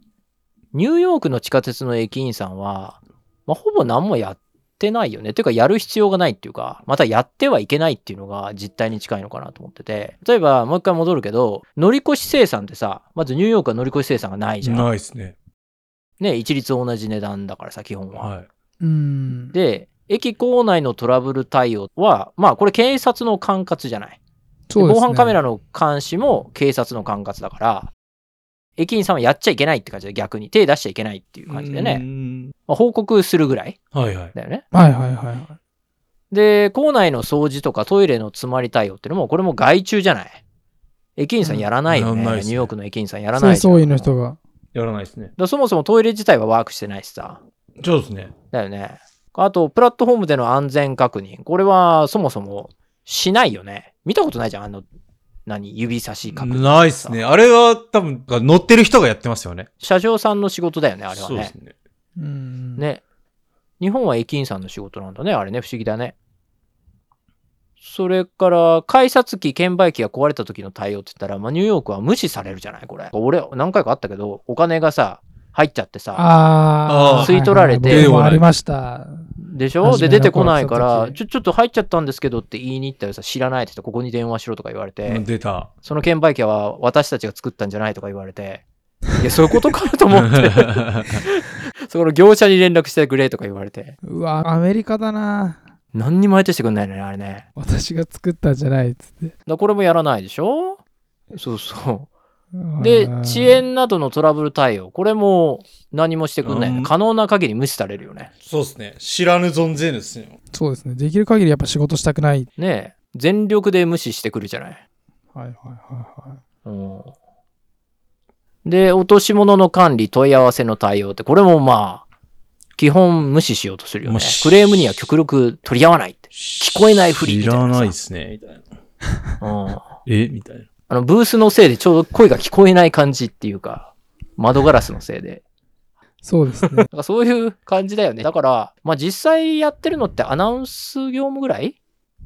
[SPEAKER 3] ニューヨークの地下鉄の駅員さんは、まあ、ほぼ何もやってないよね。ていうか、やる必要がないっていうか、またやってはいけないっていうのが実態に近いのかなと思ってて。例えば、もう一回戻るけど、乗り越し生産ってさ、まずニューヨークは乗り越し生産がないじゃん。
[SPEAKER 2] ないですね。
[SPEAKER 3] ね、一律同じ値段だからさ、基本は。
[SPEAKER 2] はい。
[SPEAKER 1] うん。
[SPEAKER 3] で、駅構内のトラブル対応は、まあこれ警察の管轄じゃない。で
[SPEAKER 1] そうですね
[SPEAKER 3] 防犯カメラの監視も警察の管轄だから、駅員さんはやっちゃいけないって感じで逆に手出しちゃいけないっていう感じでね、
[SPEAKER 2] ね。
[SPEAKER 3] まあ報告するぐらい
[SPEAKER 2] はいはい。
[SPEAKER 3] だよね。
[SPEAKER 1] はいはいはいはい。
[SPEAKER 3] で、構内の掃除とかトイレの詰まり対応ってのも、これも外注じゃない。駅員さんやらないよね。
[SPEAKER 2] うんやんないっすね
[SPEAKER 3] ニューヨークの駅員さんやら
[SPEAKER 1] 清
[SPEAKER 3] ないじゃん
[SPEAKER 1] 掃員の人が。
[SPEAKER 2] やらないですね。
[SPEAKER 3] だからそもそもトイレ自体はワークしてないしさ。
[SPEAKER 2] そうですね。
[SPEAKER 3] だよね。あと、プラットフォームでの安全確認。これは、そもそも、しないよね。見たことないじゃん、あの、何、指差し確認。
[SPEAKER 2] ないですね。あれは多分、乗ってる人がやってますよね。
[SPEAKER 3] 車掌さんの仕事だよね、あれは
[SPEAKER 2] そうで
[SPEAKER 3] ね
[SPEAKER 2] す。ね。
[SPEAKER 1] うん。
[SPEAKER 3] ね。日本は駅員さんの仕事なんだね、あれね、不思議だね。それから、改札機、券売機が壊れた時の対応って言ったら、まあ、ニューヨークは無視されるじゃない、これ。俺、何回かあったけど、お金がさ、入っちゃってさ、
[SPEAKER 1] ああ。
[SPEAKER 2] 吸
[SPEAKER 3] い取られて
[SPEAKER 1] はいはいはい僕もありました。
[SPEAKER 3] でしょ
[SPEAKER 1] 初め
[SPEAKER 3] で、
[SPEAKER 1] の
[SPEAKER 3] 出てこないか
[SPEAKER 1] 頃
[SPEAKER 3] ら
[SPEAKER 1] 来た、時
[SPEAKER 3] ちょ、ちょっと入っちゃったんですけどって言いに行ったらさ、知らないって言って、ここに電話しろとか言われて、
[SPEAKER 2] うん出た。
[SPEAKER 3] その券売機は私たちが作ったんじゃないとか言われて、いや、そういうことかと思って、 そこの業者に連絡してくれとか言われて、
[SPEAKER 1] うわ、アメリカだな。
[SPEAKER 3] 何にも相手してくんないのね、あれね。だか
[SPEAKER 1] 私が作ったんじゃないっつって。
[SPEAKER 3] らこれもやらないでしょそうそう。で
[SPEAKER 1] あー、
[SPEAKER 3] 遅延などのトラブル対応。これも何もしてくんないよね、
[SPEAKER 2] うん
[SPEAKER 3] 可能な限り無視されるよね。
[SPEAKER 2] そうですね。知らぬ存ぜぬですね。
[SPEAKER 1] そうですね。できる限りやっぱ仕事したくない。
[SPEAKER 3] ねえ。全力で無視してくるじゃない。
[SPEAKER 1] はいはいはいはい。
[SPEAKER 3] うんで、落とし物の管理、問い合わせの対応って、これもまあ、基本無視しようとするよね
[SPEAKER 2] 無。視
[SPEAKER 3] クレームには極力取り合わないって。
[SPEAKER 2] 聞
[SPEAKER 3] こえないふりみ
[SPEAKER 2] 知
[SPEAKER 3] たいなさ
[SPEAKER 2] らないですね。みたいな。
[SPEAKER 3] うん
[SPEAKER 2] えみたいな。
[SPEAKER 3] あの、ブースのせいでちょうど声が聞こえない感じっていうか、窓ガラスのせいで。
[SPEAKER 1] そうですね
[SPEAKER 3] だ。からそういう感じだよね。だから、まあ実際やってるのってアナウンス業務ぐらい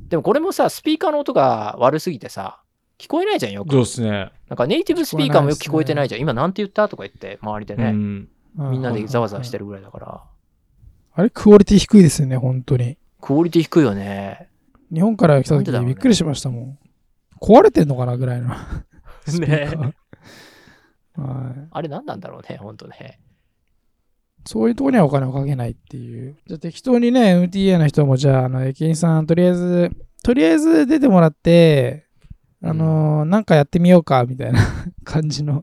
[SPEAKER 3] でもこれもさ、スピーカーの音が悪すぎてさ、聞こえないじゃんよく。
[SPEAKER 2] そうですね。
[SPEAKER 3] なんかネイティブスピーカーもよく聞こえてないじゃん。今なんて言ったとか言って、周りで
[SPEAKER 2] う
[SPEAKER 3] ね、
[SPEAKER 2] ん。
[SPEAKER 3] みんなでざわざわして
[SPEAKER 1] る。
[SPEAKER 3] るぐらいだから。
[SPEAKER 1] あれ、クオリティ低いですよね、本当に。
[SPEAKER 3] クオリティ低いよね。
[SPEAKER 1] 日本から来た
[SPEAKER 3] なんで
[SPEAKER 1] 時
[SPEAKER 3] だろうね
[SPEAKER 1] びっくりしましたもん。壊れてんのかなぐらいの。スピーカー
[SPEAKER 3] ね
[SPEAKER 1] はい。
[SPEAKER 3] あれ何なんだろうね、ほんとね。
[SPEAKER 1] そういうとこにはお金をかけないっていう。じゃあ適当にね、MTA の人も、じゃあ、あの、駅員さん、とりあえず、とりあえず出てもらって、あのーなんかやってみようか、みたいな 感じの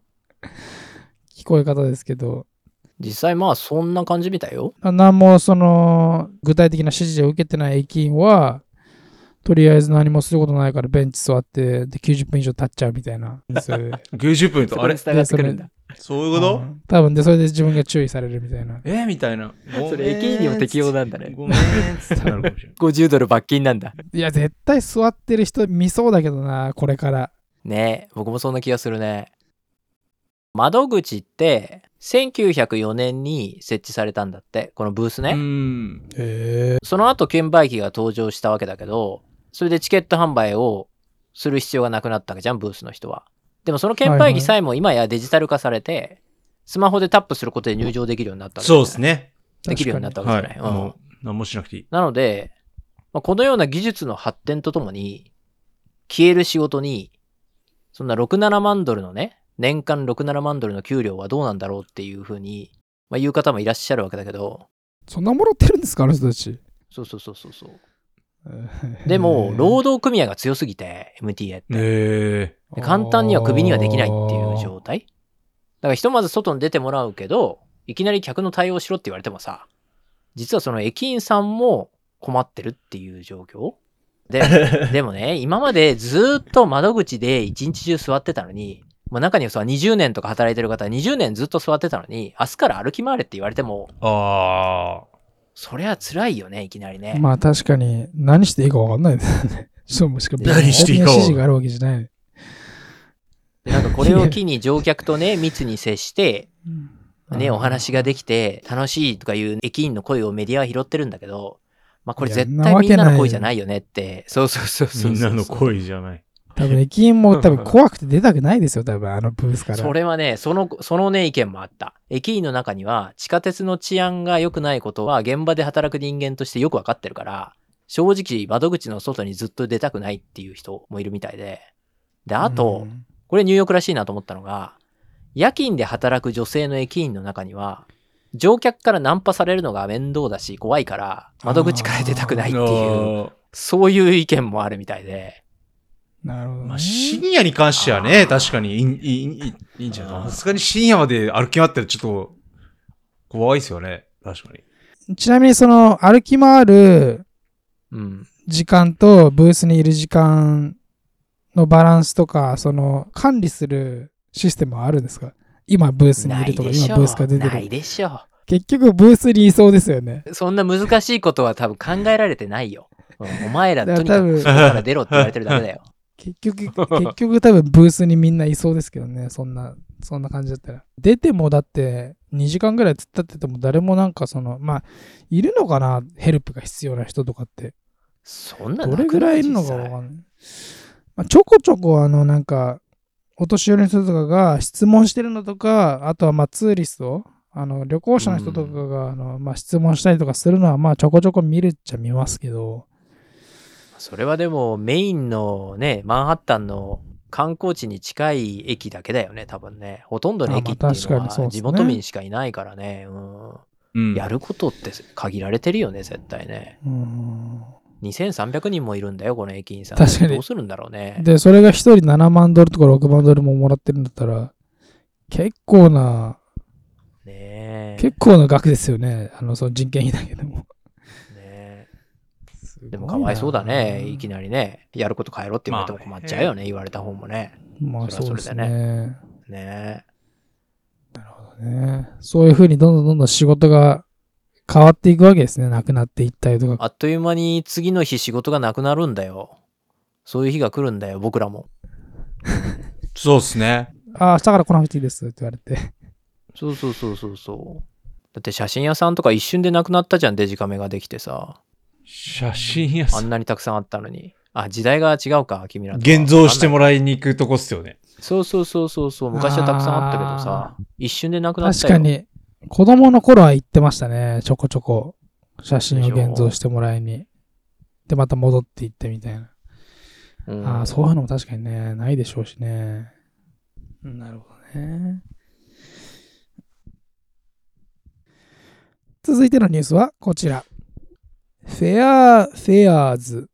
[SPEAKER 1] 聞こえ方ですけど、
[SPEAKER 3] 実際まあそんな感じみたいよ。
[SPEAKER 1] な何もその、具体的な指示を受けてない駅員は、とりあえず何もすることないからベンチ座って、で、90分以上経っちゃうみたい な。そういう
[SPEAKER 2] 90分
[SPEAKER 3] そ
[SPEAKER 2] と、
[SPEAKER 3] こ
[SPEAKER 2] あ
[SPEAKER 3] に
[SPEAKER 2] れ
[SPEAKER 3] 伝わってくるんだ。
[SPEAKER 2] そういうこと
[SPEAKER 1] うん多分で、それで自分が注意されるみたいな。
[SPEAKER 2] えみたいな。
[SPEAKER 3] それ駅員にも適用なんだね
[SPEAKER 2] ごめんっつってなるかもしれない
[SPEAKER 3] 50ドル罰金なんだ。
[SPEAKER 1] いや、絶対座ってる人見そうだけどな、これから。
[SPEAKER 3] ねえ僕もそんな気がするね窓口って1904年に設置されたんだってこのブースね、
[SPEAKER 2] うん。
[SPEAKER 1] へえ。
[SPEAKER 3] その後券売機が登場したわけだけどそれでチケット販売をする必要がなくなったわけじゃんブースの人はでもその券売機さえも今やデジタル化されて、スマホでタップすることで入場できるようになったわけじゃ
[SPEAKER 2] そう
[SPEAKER 3] ない
[SPEAKER 2] ですね。
[SPEAKER 3] できるようになったわ
[SPEAKER 2] は
[SPEAKER 3] けじ
[SPEAKER 2] い。
[SPEAKER 3] ゃない、うん
[SPEAKER 2] もう、何もしなくていい。
[SPEAKER 3] なので、まあ、このような技術の発展とともに、消える仕事に、そんな6、7万ドルのね、年間6、7万ドルの給料はどうなんだろうっていうふうに、まあ、言う方もいらっしゃるわけだけど、
[SPEAKER 1] そんなもらってるんですか、あの人たち。
[SPEAKER 3] そうそうそうそうそう。 でも、労働組合が強すぎて、MTA って。
[SPEAKER 2] え
[SPEAKER 3] で簡単にはクビにはできないっていう状態。だからひとまず外に出てもらうけど、いきなり客の対応しろって言われてもさ、実はその駅員さんも困ってるっていう状況 で、でもね、今までずーっと窓口で一日中座ってたのに、もう中にはさ、20年とか働いてる方は20年ずっと座ってたのに、明日から歩き回れって言われても、
[SPEAKER 2] ー。あ
[SPEAKER 3] そりゃ辛いよね、いきなりね。
[SPEAKER 1] まあ確かに、何していいかわかんないです ね。そう、もしか
[SPEAKER 2] 何していいかわ
[SPEAKER 1] 指示があるわけじゃない。
[SPEAKER 3] でなんかこれを機に乗客とね、密に接して、ね、お話ができて楽しいとかいう駅員の声をメディアは拾ってるんだけど、まあこれ絶
[SPEAKER 1] いや
[SPEAKER 3] 対
[SPEAKER 1] んなわ
[SPEAKER 3] みん
[SPEAKER 1] けない
[SPEAKER 3] なの声じゃないよねって、そうそうそう
[SPEAKER 2] あ。
[SPEAKER 3] そうそう。
[SPEAKER 2] みんなの声じゃない。
[SPEAKER 1] 多分駅員 も多分怖くて出たくないですよ、多分あのブースから。
[SPEAKER 3] それはね、その、そのね、意見もあった。駅員の中には地下鉄の治安が良くないことは現場で働く人間としてよくわかってるから、正直窓口の外にずっと出たくないっていう人もいるみたいで。で、あと、
[SPEAKER 1] うん
[SPEAKER 3] これニューヨークらしいなと思ったのが、夜勤で働く女性の駅員の中には、乗客からナンパされるのが面倒だし怖いから、窓口から出たくないっていう、
[SPEAKER 2] あー
[SPEAKER 3] そういう意見もあるみたいで。
[SPEAKER 1] なるほどね。
[SPEAKER 2] まあ、深夜に関してはね、確かにいいいいいいいいんじゃない
[SPEAKER 3] あー
[SPEAKER 2] さすがに深夜まで歩き回ったらちょっと怖いですよね。確かに。
[SPEAKER 1] ちなみにその歩き回る
[SPEAKER 3] うん。
[SPEAKER 1] 時間とブースにいる時間のバランスとか、その管理するシステムはあるんですか今ブースにい
[SPEAKER 3] ない
[SPEAKER 1] るとか、
[SPEAKER 3] でし
[SPEAKER 1] 今
[SPEAKER 3] ょ
[SPEAKER 1] ブースから
[SPEAKER 3] う。
[SPEAKER 1] 出て
[SPEAKER 3] ない
[SPEAKER 1] る。
[SPEAKER 3] でしょ
[SPEAKER 1] 結局ブースにいそうですよ ね。
[SPEAKER 3] う。そんな難しいことは多分考えられてないよ。うんお前ら
[SPEAKER 1] だか
[SPEAKER 3] とに
[SPEAKER 1] ら
[SPEAKER 3] か
[SPEAKER 1] 多
[SPEAKER 3] く
[SPEAKER 1] 分
[SPEAKER 3] そこから出ろって言われてるだけだよ。
[SPEAKER 1] 結局、結局多分ブースにみんないそうですけどね、そんな、そんな感じだったら。出てもだって2時間ぐらい突っ立ってても誰もなんかその、まあ、いるのかな、ヘルプが必要な人とかって。
[SPEAKER 3] そんな
[SPEAKER 1] どれぐらいいるのかわ
[SPEAKER 3] ない
[SPEAKER 1] かんない。まあ、ちょこちょこあの、なんか、お年寄りの人とかが質問してるのとか、あとはまあツーリスト、あの旅行者の人とかが、あのまあ、質問したりとかするのは、まあちょこちょこ見るっちゃ見ますけど、
[SPEAKER 3] それはでもメインのね、マンハッタンの観光地に近い駅だけだよね、多分ね。ほとんどの駅って
[SPEAKER 1] あ
[SPEAKER 3] い
[SPEAKER 1] まあ
[SPEAKER 3] う
[SPEAKER 1] 確
[SPEAKER 3] の
[SPEAKER 1] かにそう
[SPEAKER 3] は
[SPEAKER 1] っすね
[SPEAKER 3] 地元民しかいないからね。うん
[SPEAKER 2] うん
[SPEAKER 3] やることって限られてるよね、絶対ね。
[SPEAKER 1] うん。
[SPEAKER 3] 日2300人もいるんだよ、この駅員さん。
[SPEAKER 1] 確かに
[SPEAKER 3] どうするんだろうね。
[SPEAKER 1] で、それが1人7万ドルとか6万ドルももらってるんだったら、結構な、
[SPEAKER 3] ねえ。
[SPEAKER 1] 結構な額ですよね。あの、その人件費だけでも。
[SPEAKER 3] ねえ でもかわいそうだね。いきなりね、やること変えろって言われても困っちゃうよね、言われた方もね。
[SPEAKER 1] まあ
[SPEAKER 3] それは
[SPEAKER 1] そうです
[SPEAKER 3] それで
[SPEAKER 1] ね。
[SPEAKER 3] ねえ。
[SPEAKER 1] ねそういうふうにどんどんどんどん仕事が変わっていくわけですね。なくなっていったりとか。
[SPEAKER 3] あっという間に次の日仕事がなくなるんだよ。そういう日が来るんだよ、僕らも。
[SPEAKER 2] そうですね。
[SPEAKER 1] ああ、明日から来なくていいですって言われて。
[SPEAKER 3] そうそうそうそうそう。だって写真屋さんとか一瞬でなくなったじゃん、デジカメができてさ。
[SPEAKER 2] 写真屋
[SPEAKER 3] あ
[SPEAKER 2] さ
[SPEAKER 3] ん
[SPEAKER 2] ん。
[SPEAKER 3] なにたくさんあったのに。あ、時代が違うか、君らとは。
[SPEAKER 2] 現像して
[SPEAKER 3] わ
[SPEAKER 2] もらいに行くとこっすよね。
[SPEAKER 3] かんないそうそうそうそうそう。昔はたくさんあったけどさ、一瞬でなくなった
[SPEAKER 1] 確
[SPEAKER 3] よ。
[SPEAKER 1] か。に、子供の頃は行ってましたね。ちょこちょこ。写真を現像してもらいに。で、また戻って行ってみたいな。
[SPEAKER 3] うん、
[SPEAKER 1] ああ、そういうのも確かにね、ないでしょうしね。なるほどね。続いてのニュースはこちら。フェア、フェアーズ、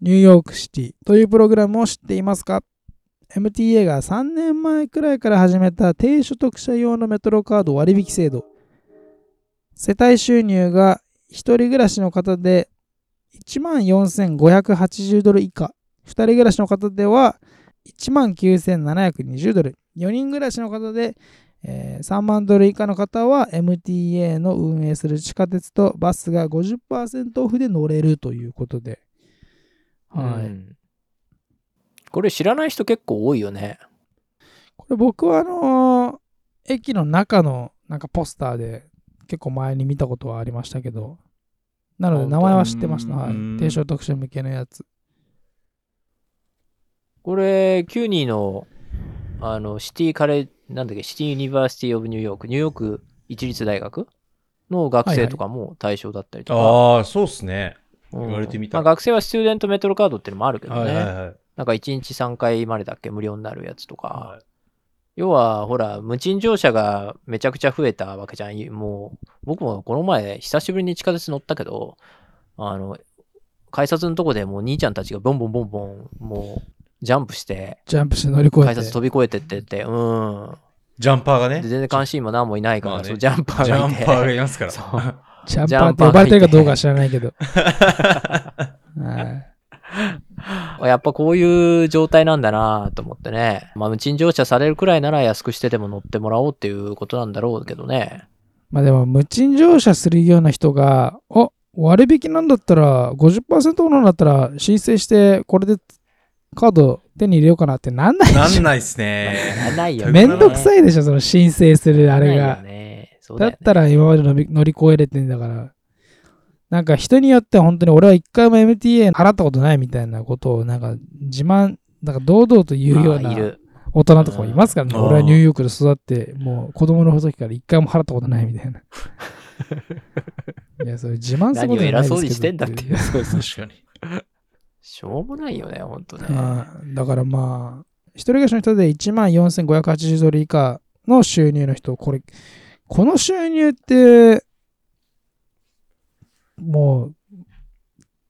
[SPEAKER 1] ニューヨークシティというプログラムを知っていますか ?MTA が3年前くらいから始めた低所得者用のメトロカード割引制度。世帯収入が1人暮らしの方で14,580ドル以下2人暮らしの方では19,720ドル4人暮らしの方で、えー3万ドル以下の方は MTA の運営する地下鉄とバスが50%オフで乗れるということで、は
[SPEAKER 3] う
[SPEAKER 1] い、
[SPEAKER 3] んこれ知らない人結構多いよね。
[SPEAKER 1] これ僕はあのー駅の中のなんかポスターで結構前に見たことはありましたけどなので名前は知ってました、
[SPEAKER 2] 本当
[SPEAKER 1] は
[SPEAKER 2] う
[SPEAKER 1] い、
[SPEAKER 2] ん
[SPEAKER 1] 低所得者向けのやつ
[SPEAKER 3] これ、キューニーの、あの、シティカレッなんだっけ、シティユニバーシティオブニューヨーク、ニューヨーク一律大学の学生とかも対象だったりとか。
[SPEAKER 2] ああ、そうっすね。
[SPEAKER 3] うん
[SPEAKER 2] 言われてみたら
[SPEAKER 3] まあ、学生はスチューデントメトロカードっていうのもあるけどね。
[SPEAKER 2] はいはいはい。
[SPEAKER 3] なんか1日3回までだっけ、無料になるやつとか。
[SPEAKER 2] は
[SPEAKER 3] 要は、ほら、無賃乗車がめちゃくちゃ増えたわけじゃん。もう、僕もこの前、久しぶりに地下鉄乗ったけど、あの、改札のとこでもう兄ちゃんたちがボンボンボンボン、もう、ジャンプして、
[SPEAKER 1] ジャンプして乗り越え
[SPEAKER 3] 改
[SPEAKER 1] て
[SPEAKER 3] 札飛び越えてってって、うん。
[SPEAKER 2] いジャンパーが
[SPEAKER 3] で
[SPEAKER 2] ね。
[SPEAKER 3] 全然監視員も何もいないから、
[SPEAKER 2] まあね
[SPEAKER 3] そうジャンパー
[SPEAKER 2] ジ
[SPEAKER 3] が
[SPEAKER 2] ャ
[SPEAKER 3] い
[SPEAKER 2] ン
[SPEAKER 3] て。
[SPEAKER 2] パーがいますか
[SPEAKER 3] そ
[SPEAKER 2] ら。
[SPEAKER 1] ジャンパーって呼ばれてるかどうかは知らないけど。はい
[SPEAKER 3] やっぱこういう状態なんだなと思ってね。まあ、無賃乗車されるくらいなら安くしてでも乗ってもらおうっていうことなんだろうけどね。
[SPEAKER 1] まあでも、無賃乗車するような人が、あ割引なんだったら、50%オフなんだったら申請して、これでカード手に入れようかなってなんないで
[SPEAKER 2] な
[SPEAKER 1] し
[SPEAKER 2] ん
[SPEAKER 1] ょ。
[SPEAKER 2] ないっすね。
[SPEAKER 3] ならないよね。
[SPEAKER 1] めんどく
[SPEAKER 3] い
[SPEAKER 1] さいでしょ、その申請するあれ
[SPEAKER 3] ならな
[SPEAKER 1] が。
[SPEAKER 3] いよね。そうだ
[SPEAKER 1] だ
[SPEAKER 3] よ
[SPEAKER 1] っ
[SPEAKER 3] ね
[SPEAKER 1] たら今まで乗り乗り越えれてんだから。なんか人によっては本当に俺は一回も MTA 払ったことないみたいなことをなんか自慢、なんか堂々と言うよう
[SPEAKER 3] ま
[SPEAKER 1] な
[SPEAKER 3] あ
[SPEAKER 1] い
[SPEAKER 3] る。
[SPEAKER 1] 大人とかもいますからね。
[SPEAKER 2] うん
[SPEAKER 1] 俺はニューヨークで育って、もう子供の時から一回も払ったことないみたい な。いや、それ自慢する
[SPEAKER 3] 何
[SPEAKER 1] こ
[SPEAKER 3] を
[SPEAKER 1] とじゃない
[SPEAKER 3] 偉
[SPEAKER 1] ですけど
[SPEAKER 3] そうにしてんだっていう。
[SPEAKER 2] 確かに。
[SPEAKER 3] しょうもないよね、ほんとね。
[SPEAKER 1] うんだからまあ、一人暮らしの人で1万4580ドル以下の収入の人、これ、この収入って、もう、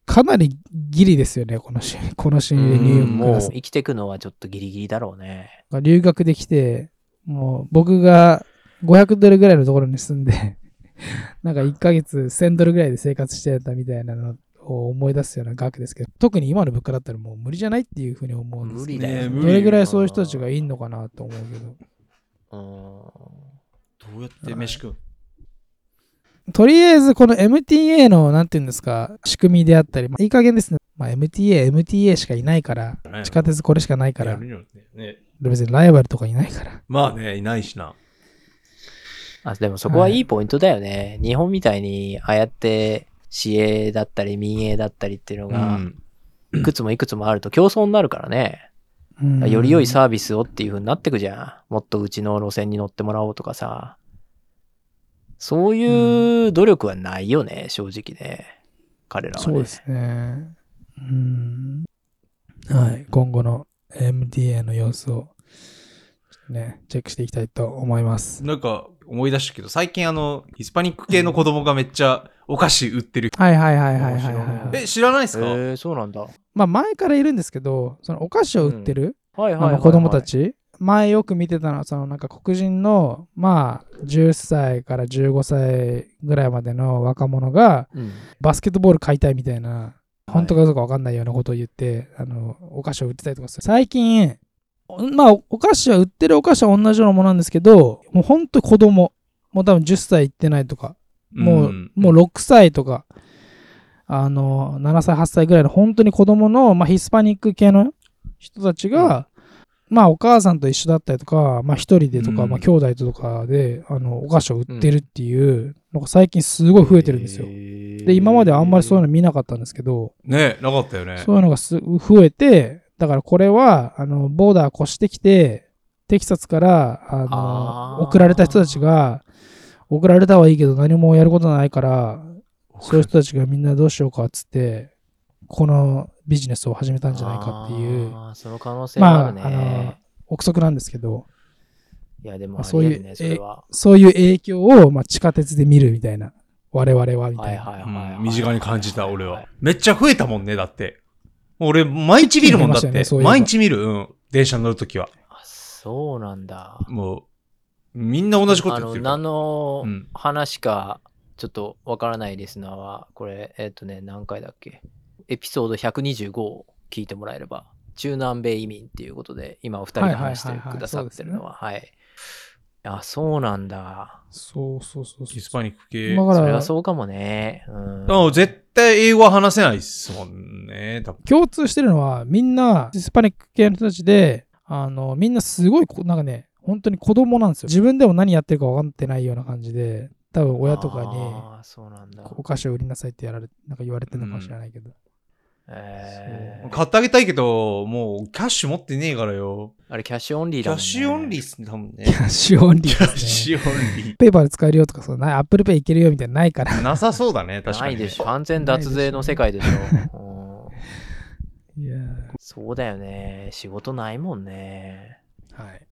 [SPEAKER 1] かなりギリですよね、この収入この収入でニューヨーク暮
[SPEAKER 3] も
[SPEAKER 1] ら
[SPEAKER 3] う
[SPEAKER 1] す
[SPEAKER 3] 生きてくのはちょっとギリギリだろうね。
[SPEAKER 1] 留学できて、もう僕が500ドルぐらいのところに住んで、 なんか1ヶ月1000ドルぐらいで生活してたみたいなのを思い出すような額ですけど、特に今の物価だったらもう無理じゃないっていうふうに思うんです
[SPEAKER 3] 無
[SPEAKER 1] け
[SPEAKER 3] 理
[SPEAKER 1] ど、
[SPEAKER 3] だよ、
[SPEAKER 2] ね無理
[SPEAKER 1] どれぐらいそういう人たちがいんのかなと思うけど、
[SPEAKER 3] うん
[SPEAKER 2] どうやって飯食う
[SPEAKER 1] とりあえずこの MTA の、なんていうんですか、仕組みであったり、まあ、いい加減ですね。まあ、MTA、MTA しかいないから、
[SPEAKER 2] の
[SPEAKER 1] 地下鉄これしかないか
[SPEAKER 2] や
[SPEAKER 1] ら、
[SPEAKER 2] るよね。
[SPEAKER 1] 別にライバルとかいないから。
[SPEAKER 2] まあね、いないしな。
[SPEAKER 3] あでもそこはいいポイントだよね。日本みたいにああやって市営だったり民営だったりっていうの
[SPEAKER 2] う
[SPEAKER 3] が
[SPEAKER 2] ん。
[SPEAKER 3] いくつもいくつもあると競争になるからね。
[SPEAKER 1] うん
[SPEAKER 3] より良いサービスをっていう風になってくじゃん。もっとうちの路線に乗ってもらおうとかさ。そういう努力はないよね、正直ね。彼らはね。
[SPEAKER 1] そうですね。うん。はい。今後の MTA の様子を、ちょっね、チェックしていきたいと思います。
[SPEAKER 2] なんか思い出したけど、最近あの、ヒスパニック系の子供がめっちゃお菓子売ってる。
[SPEAKER 1] はいはいはいはいはい、
[SPEAKER 3] 面白い
[SPEAKER 1] は
[SPEAKER 3] ね
[SPEAKER 1] い。
[SPEAKER 2] え、知らないです
[SPEAKER 3] え
[SPEAKER 2] か、
[SPEAKER 3] ー、そうなんだ。はい
[SPEAKER 1] まあ前からいるんですけど、そのお菓子を売ってる、
[SPEAKER 3] はいはい、
[SPEAKER 1] あの子供た。ち、前よく見てたのは、そのなんか黒人の、まあ10歳から15歳ぐらいまでの若者が、
[SPEAKER 3] うん。
[SPEAKER 1] バスケットボール買いたいみたいな、本当かどうか分かんないようなことを言って、あの、お菓子を売ってたりとかする。最近、おまあ、お菓子は、売ってるお菓子は同じようなものなんですけど、もう本当子供、もう多分10歳いってないとか、もう、
[SPEAKER 2] ん
[SPEAKER 1] もう6歳とか、あの、7歳、8歳ぐらいの本当に子供の、まあ、ヒスパニック系の人たちが、まあ、お母さんと一緒だったりとか、まあ、一人でとか、
[SPEAKER 2] うん
[SPEAKER 1] まあ、兄弟とかで、あの、お菓子を売ってるっていうのが最近すごい増えてるんですよ。で今まではあんまりそういうの見なかったんですけど、
[SPEAKER 2] ね、なかったよね。
[SPEAKER 1] そういうのがす増えてだからこれはあのボーダー越してきてテキサスからあの
[SPEAKER 3] あー
[SPEAKER 1] 送られた人たちが送られたはいいけど何もやることないからそういう人たちがみんなどうしようかっつってこのビジネスを始めたんじゃないかっていう
[SPEAKER 3] あーその可能性
[SPEAKER 1] ま
[SPEAKER 3] はあ
[SPEAKER 1] ああ
[SPEAKER 3] るね。
[SPEAKER 1] の憶測なんですけど
[SPEAKER 3] いや、でも
[SPEAKER 1] まあ
[SPEAKER 3] あ
[SPEAKER 1] そう
[SPEAKER 3] り
[SPEAKER 1] い
[SPEAKER 3] え
[SPEAKER 1] う
[SPEAKER 3] るね、それは。
[SPEAKER 1] そういう影響を、まあ、地下鉄で見るみたいな我々はみた
[SPEAKER 3] はいい
[SPEAKER 1] な、
[SPEAKER 3] はいは
[SPEAKER 2] う
[SPEAKER 3] いはい。
[SPEAKER 2] ん身近に感じた、俺は。めっちゃ増えたもんね、だって。俺、毎日見るもんだっ
[SPEAKER 1] 増えましたよね
[SPEAKER 2] て。
[SPEAKER 1] そういえば
[SPEAKER 2] 毎日見る、うん。電車に乗るときは。
[SPEAKER 3] あそうなんだ。
[SPEAKER 2] もう、みんな同じこと言ってるか
[SPEAKER 3] あ
[SPEAKER 2] ら。
[SPEAKER 3] の、何の
[SPEAKER 2] うん
[SPEAKER 3] 話か、ちょっとわからないリスナーは、これ、えっ、とね、何回だっけ。エピソード125を聞いてもらえれば、中南米移民っていうことで、今お二人が話して
[SPEAKER 1] はいはいはいはい
[SPEAKER 3] くださってるのは、はい。あ、そうなんだ。
[SPEAKER 1] そうそうそうそう
[SPEAKER 2] ヒスパニック系。
[SPEAKER 1] だか
[SPEAKER 3] それ
[SPEAKER 1] ら
[SPEAKER 3] はそうかもね。うん。
[SPEAKER 2] あ絶対英語は話せないっすもんね。多分
[SPEAKER 1] 共通してるのはみんなヒスパニック系の人たちであのみんなすごいこなんかね本当に子供なんですよ自分でも何やってるか分かってないような感じで多分親とかに
[SPEAKER 3] あーそうなんだ。
[SPEAKER 1] お菓子を売りなさいってやられなんか言われてるのかもしれないけど、
[SPEAKER 3] えー
[SPEAKER 2] 買ってあげたいけど、もうキャッシュ持ってねえからよ。
[SPEAKER 3] あれ、キャッシュオンリー
[SPEAKER 2] キ
[SPEAKER 3] だ
[SPEAKER 2] ャ
[SPEAKER 3] も
[SPEAKER 2] ッ
[SPEAKER 3] んね。
[SPEAKER 2] シュオンリーっすね、多分ね
[SPEAKER 1] キ。ャッシュオンリ
[SPEAKER 2] キ
[SPEAKER 1] ー
[SPEAKER 2] ャ
[SPEAKER 1] で
[SPEAKER 2] ッ
[SPEAKER 1] す、ね、
[SPEAKER 2] シュオンリ
[SPEAKER 1] ペーパーで使えるよとかそうないアップルペイいけるよみたいなのないから
[SPEAKER 2] ー。なさそうだね、確か
[SPEAKER 3] な
[SPEAKER 2] に。
[SPEAKER 3] いでしょ。完全脱税の世界でしょ。うん
[SPEAKER 1] いやー
[SPEAKER 3] そうだよね。仕事ないもんね。
[SPEAKER 1] はい、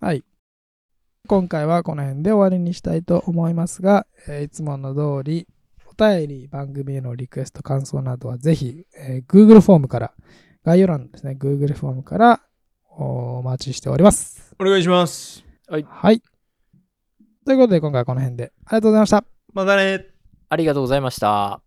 [SPEAKER 1] はい、今回はこの辺で終わりにしたいと思いますが、えーいつもの通りお便り番組へのリクエスト感想などはぜひ、えー Google フォームから概要欄ですね Google フォームからおお待ちしております
[SPEAKER 2] お願いします。
[SPEAKER 1] はいということで今回はこの辺でありがとうございました
[SPEAKER 2] またね。
[SPEAKER 3] ありがとうございました。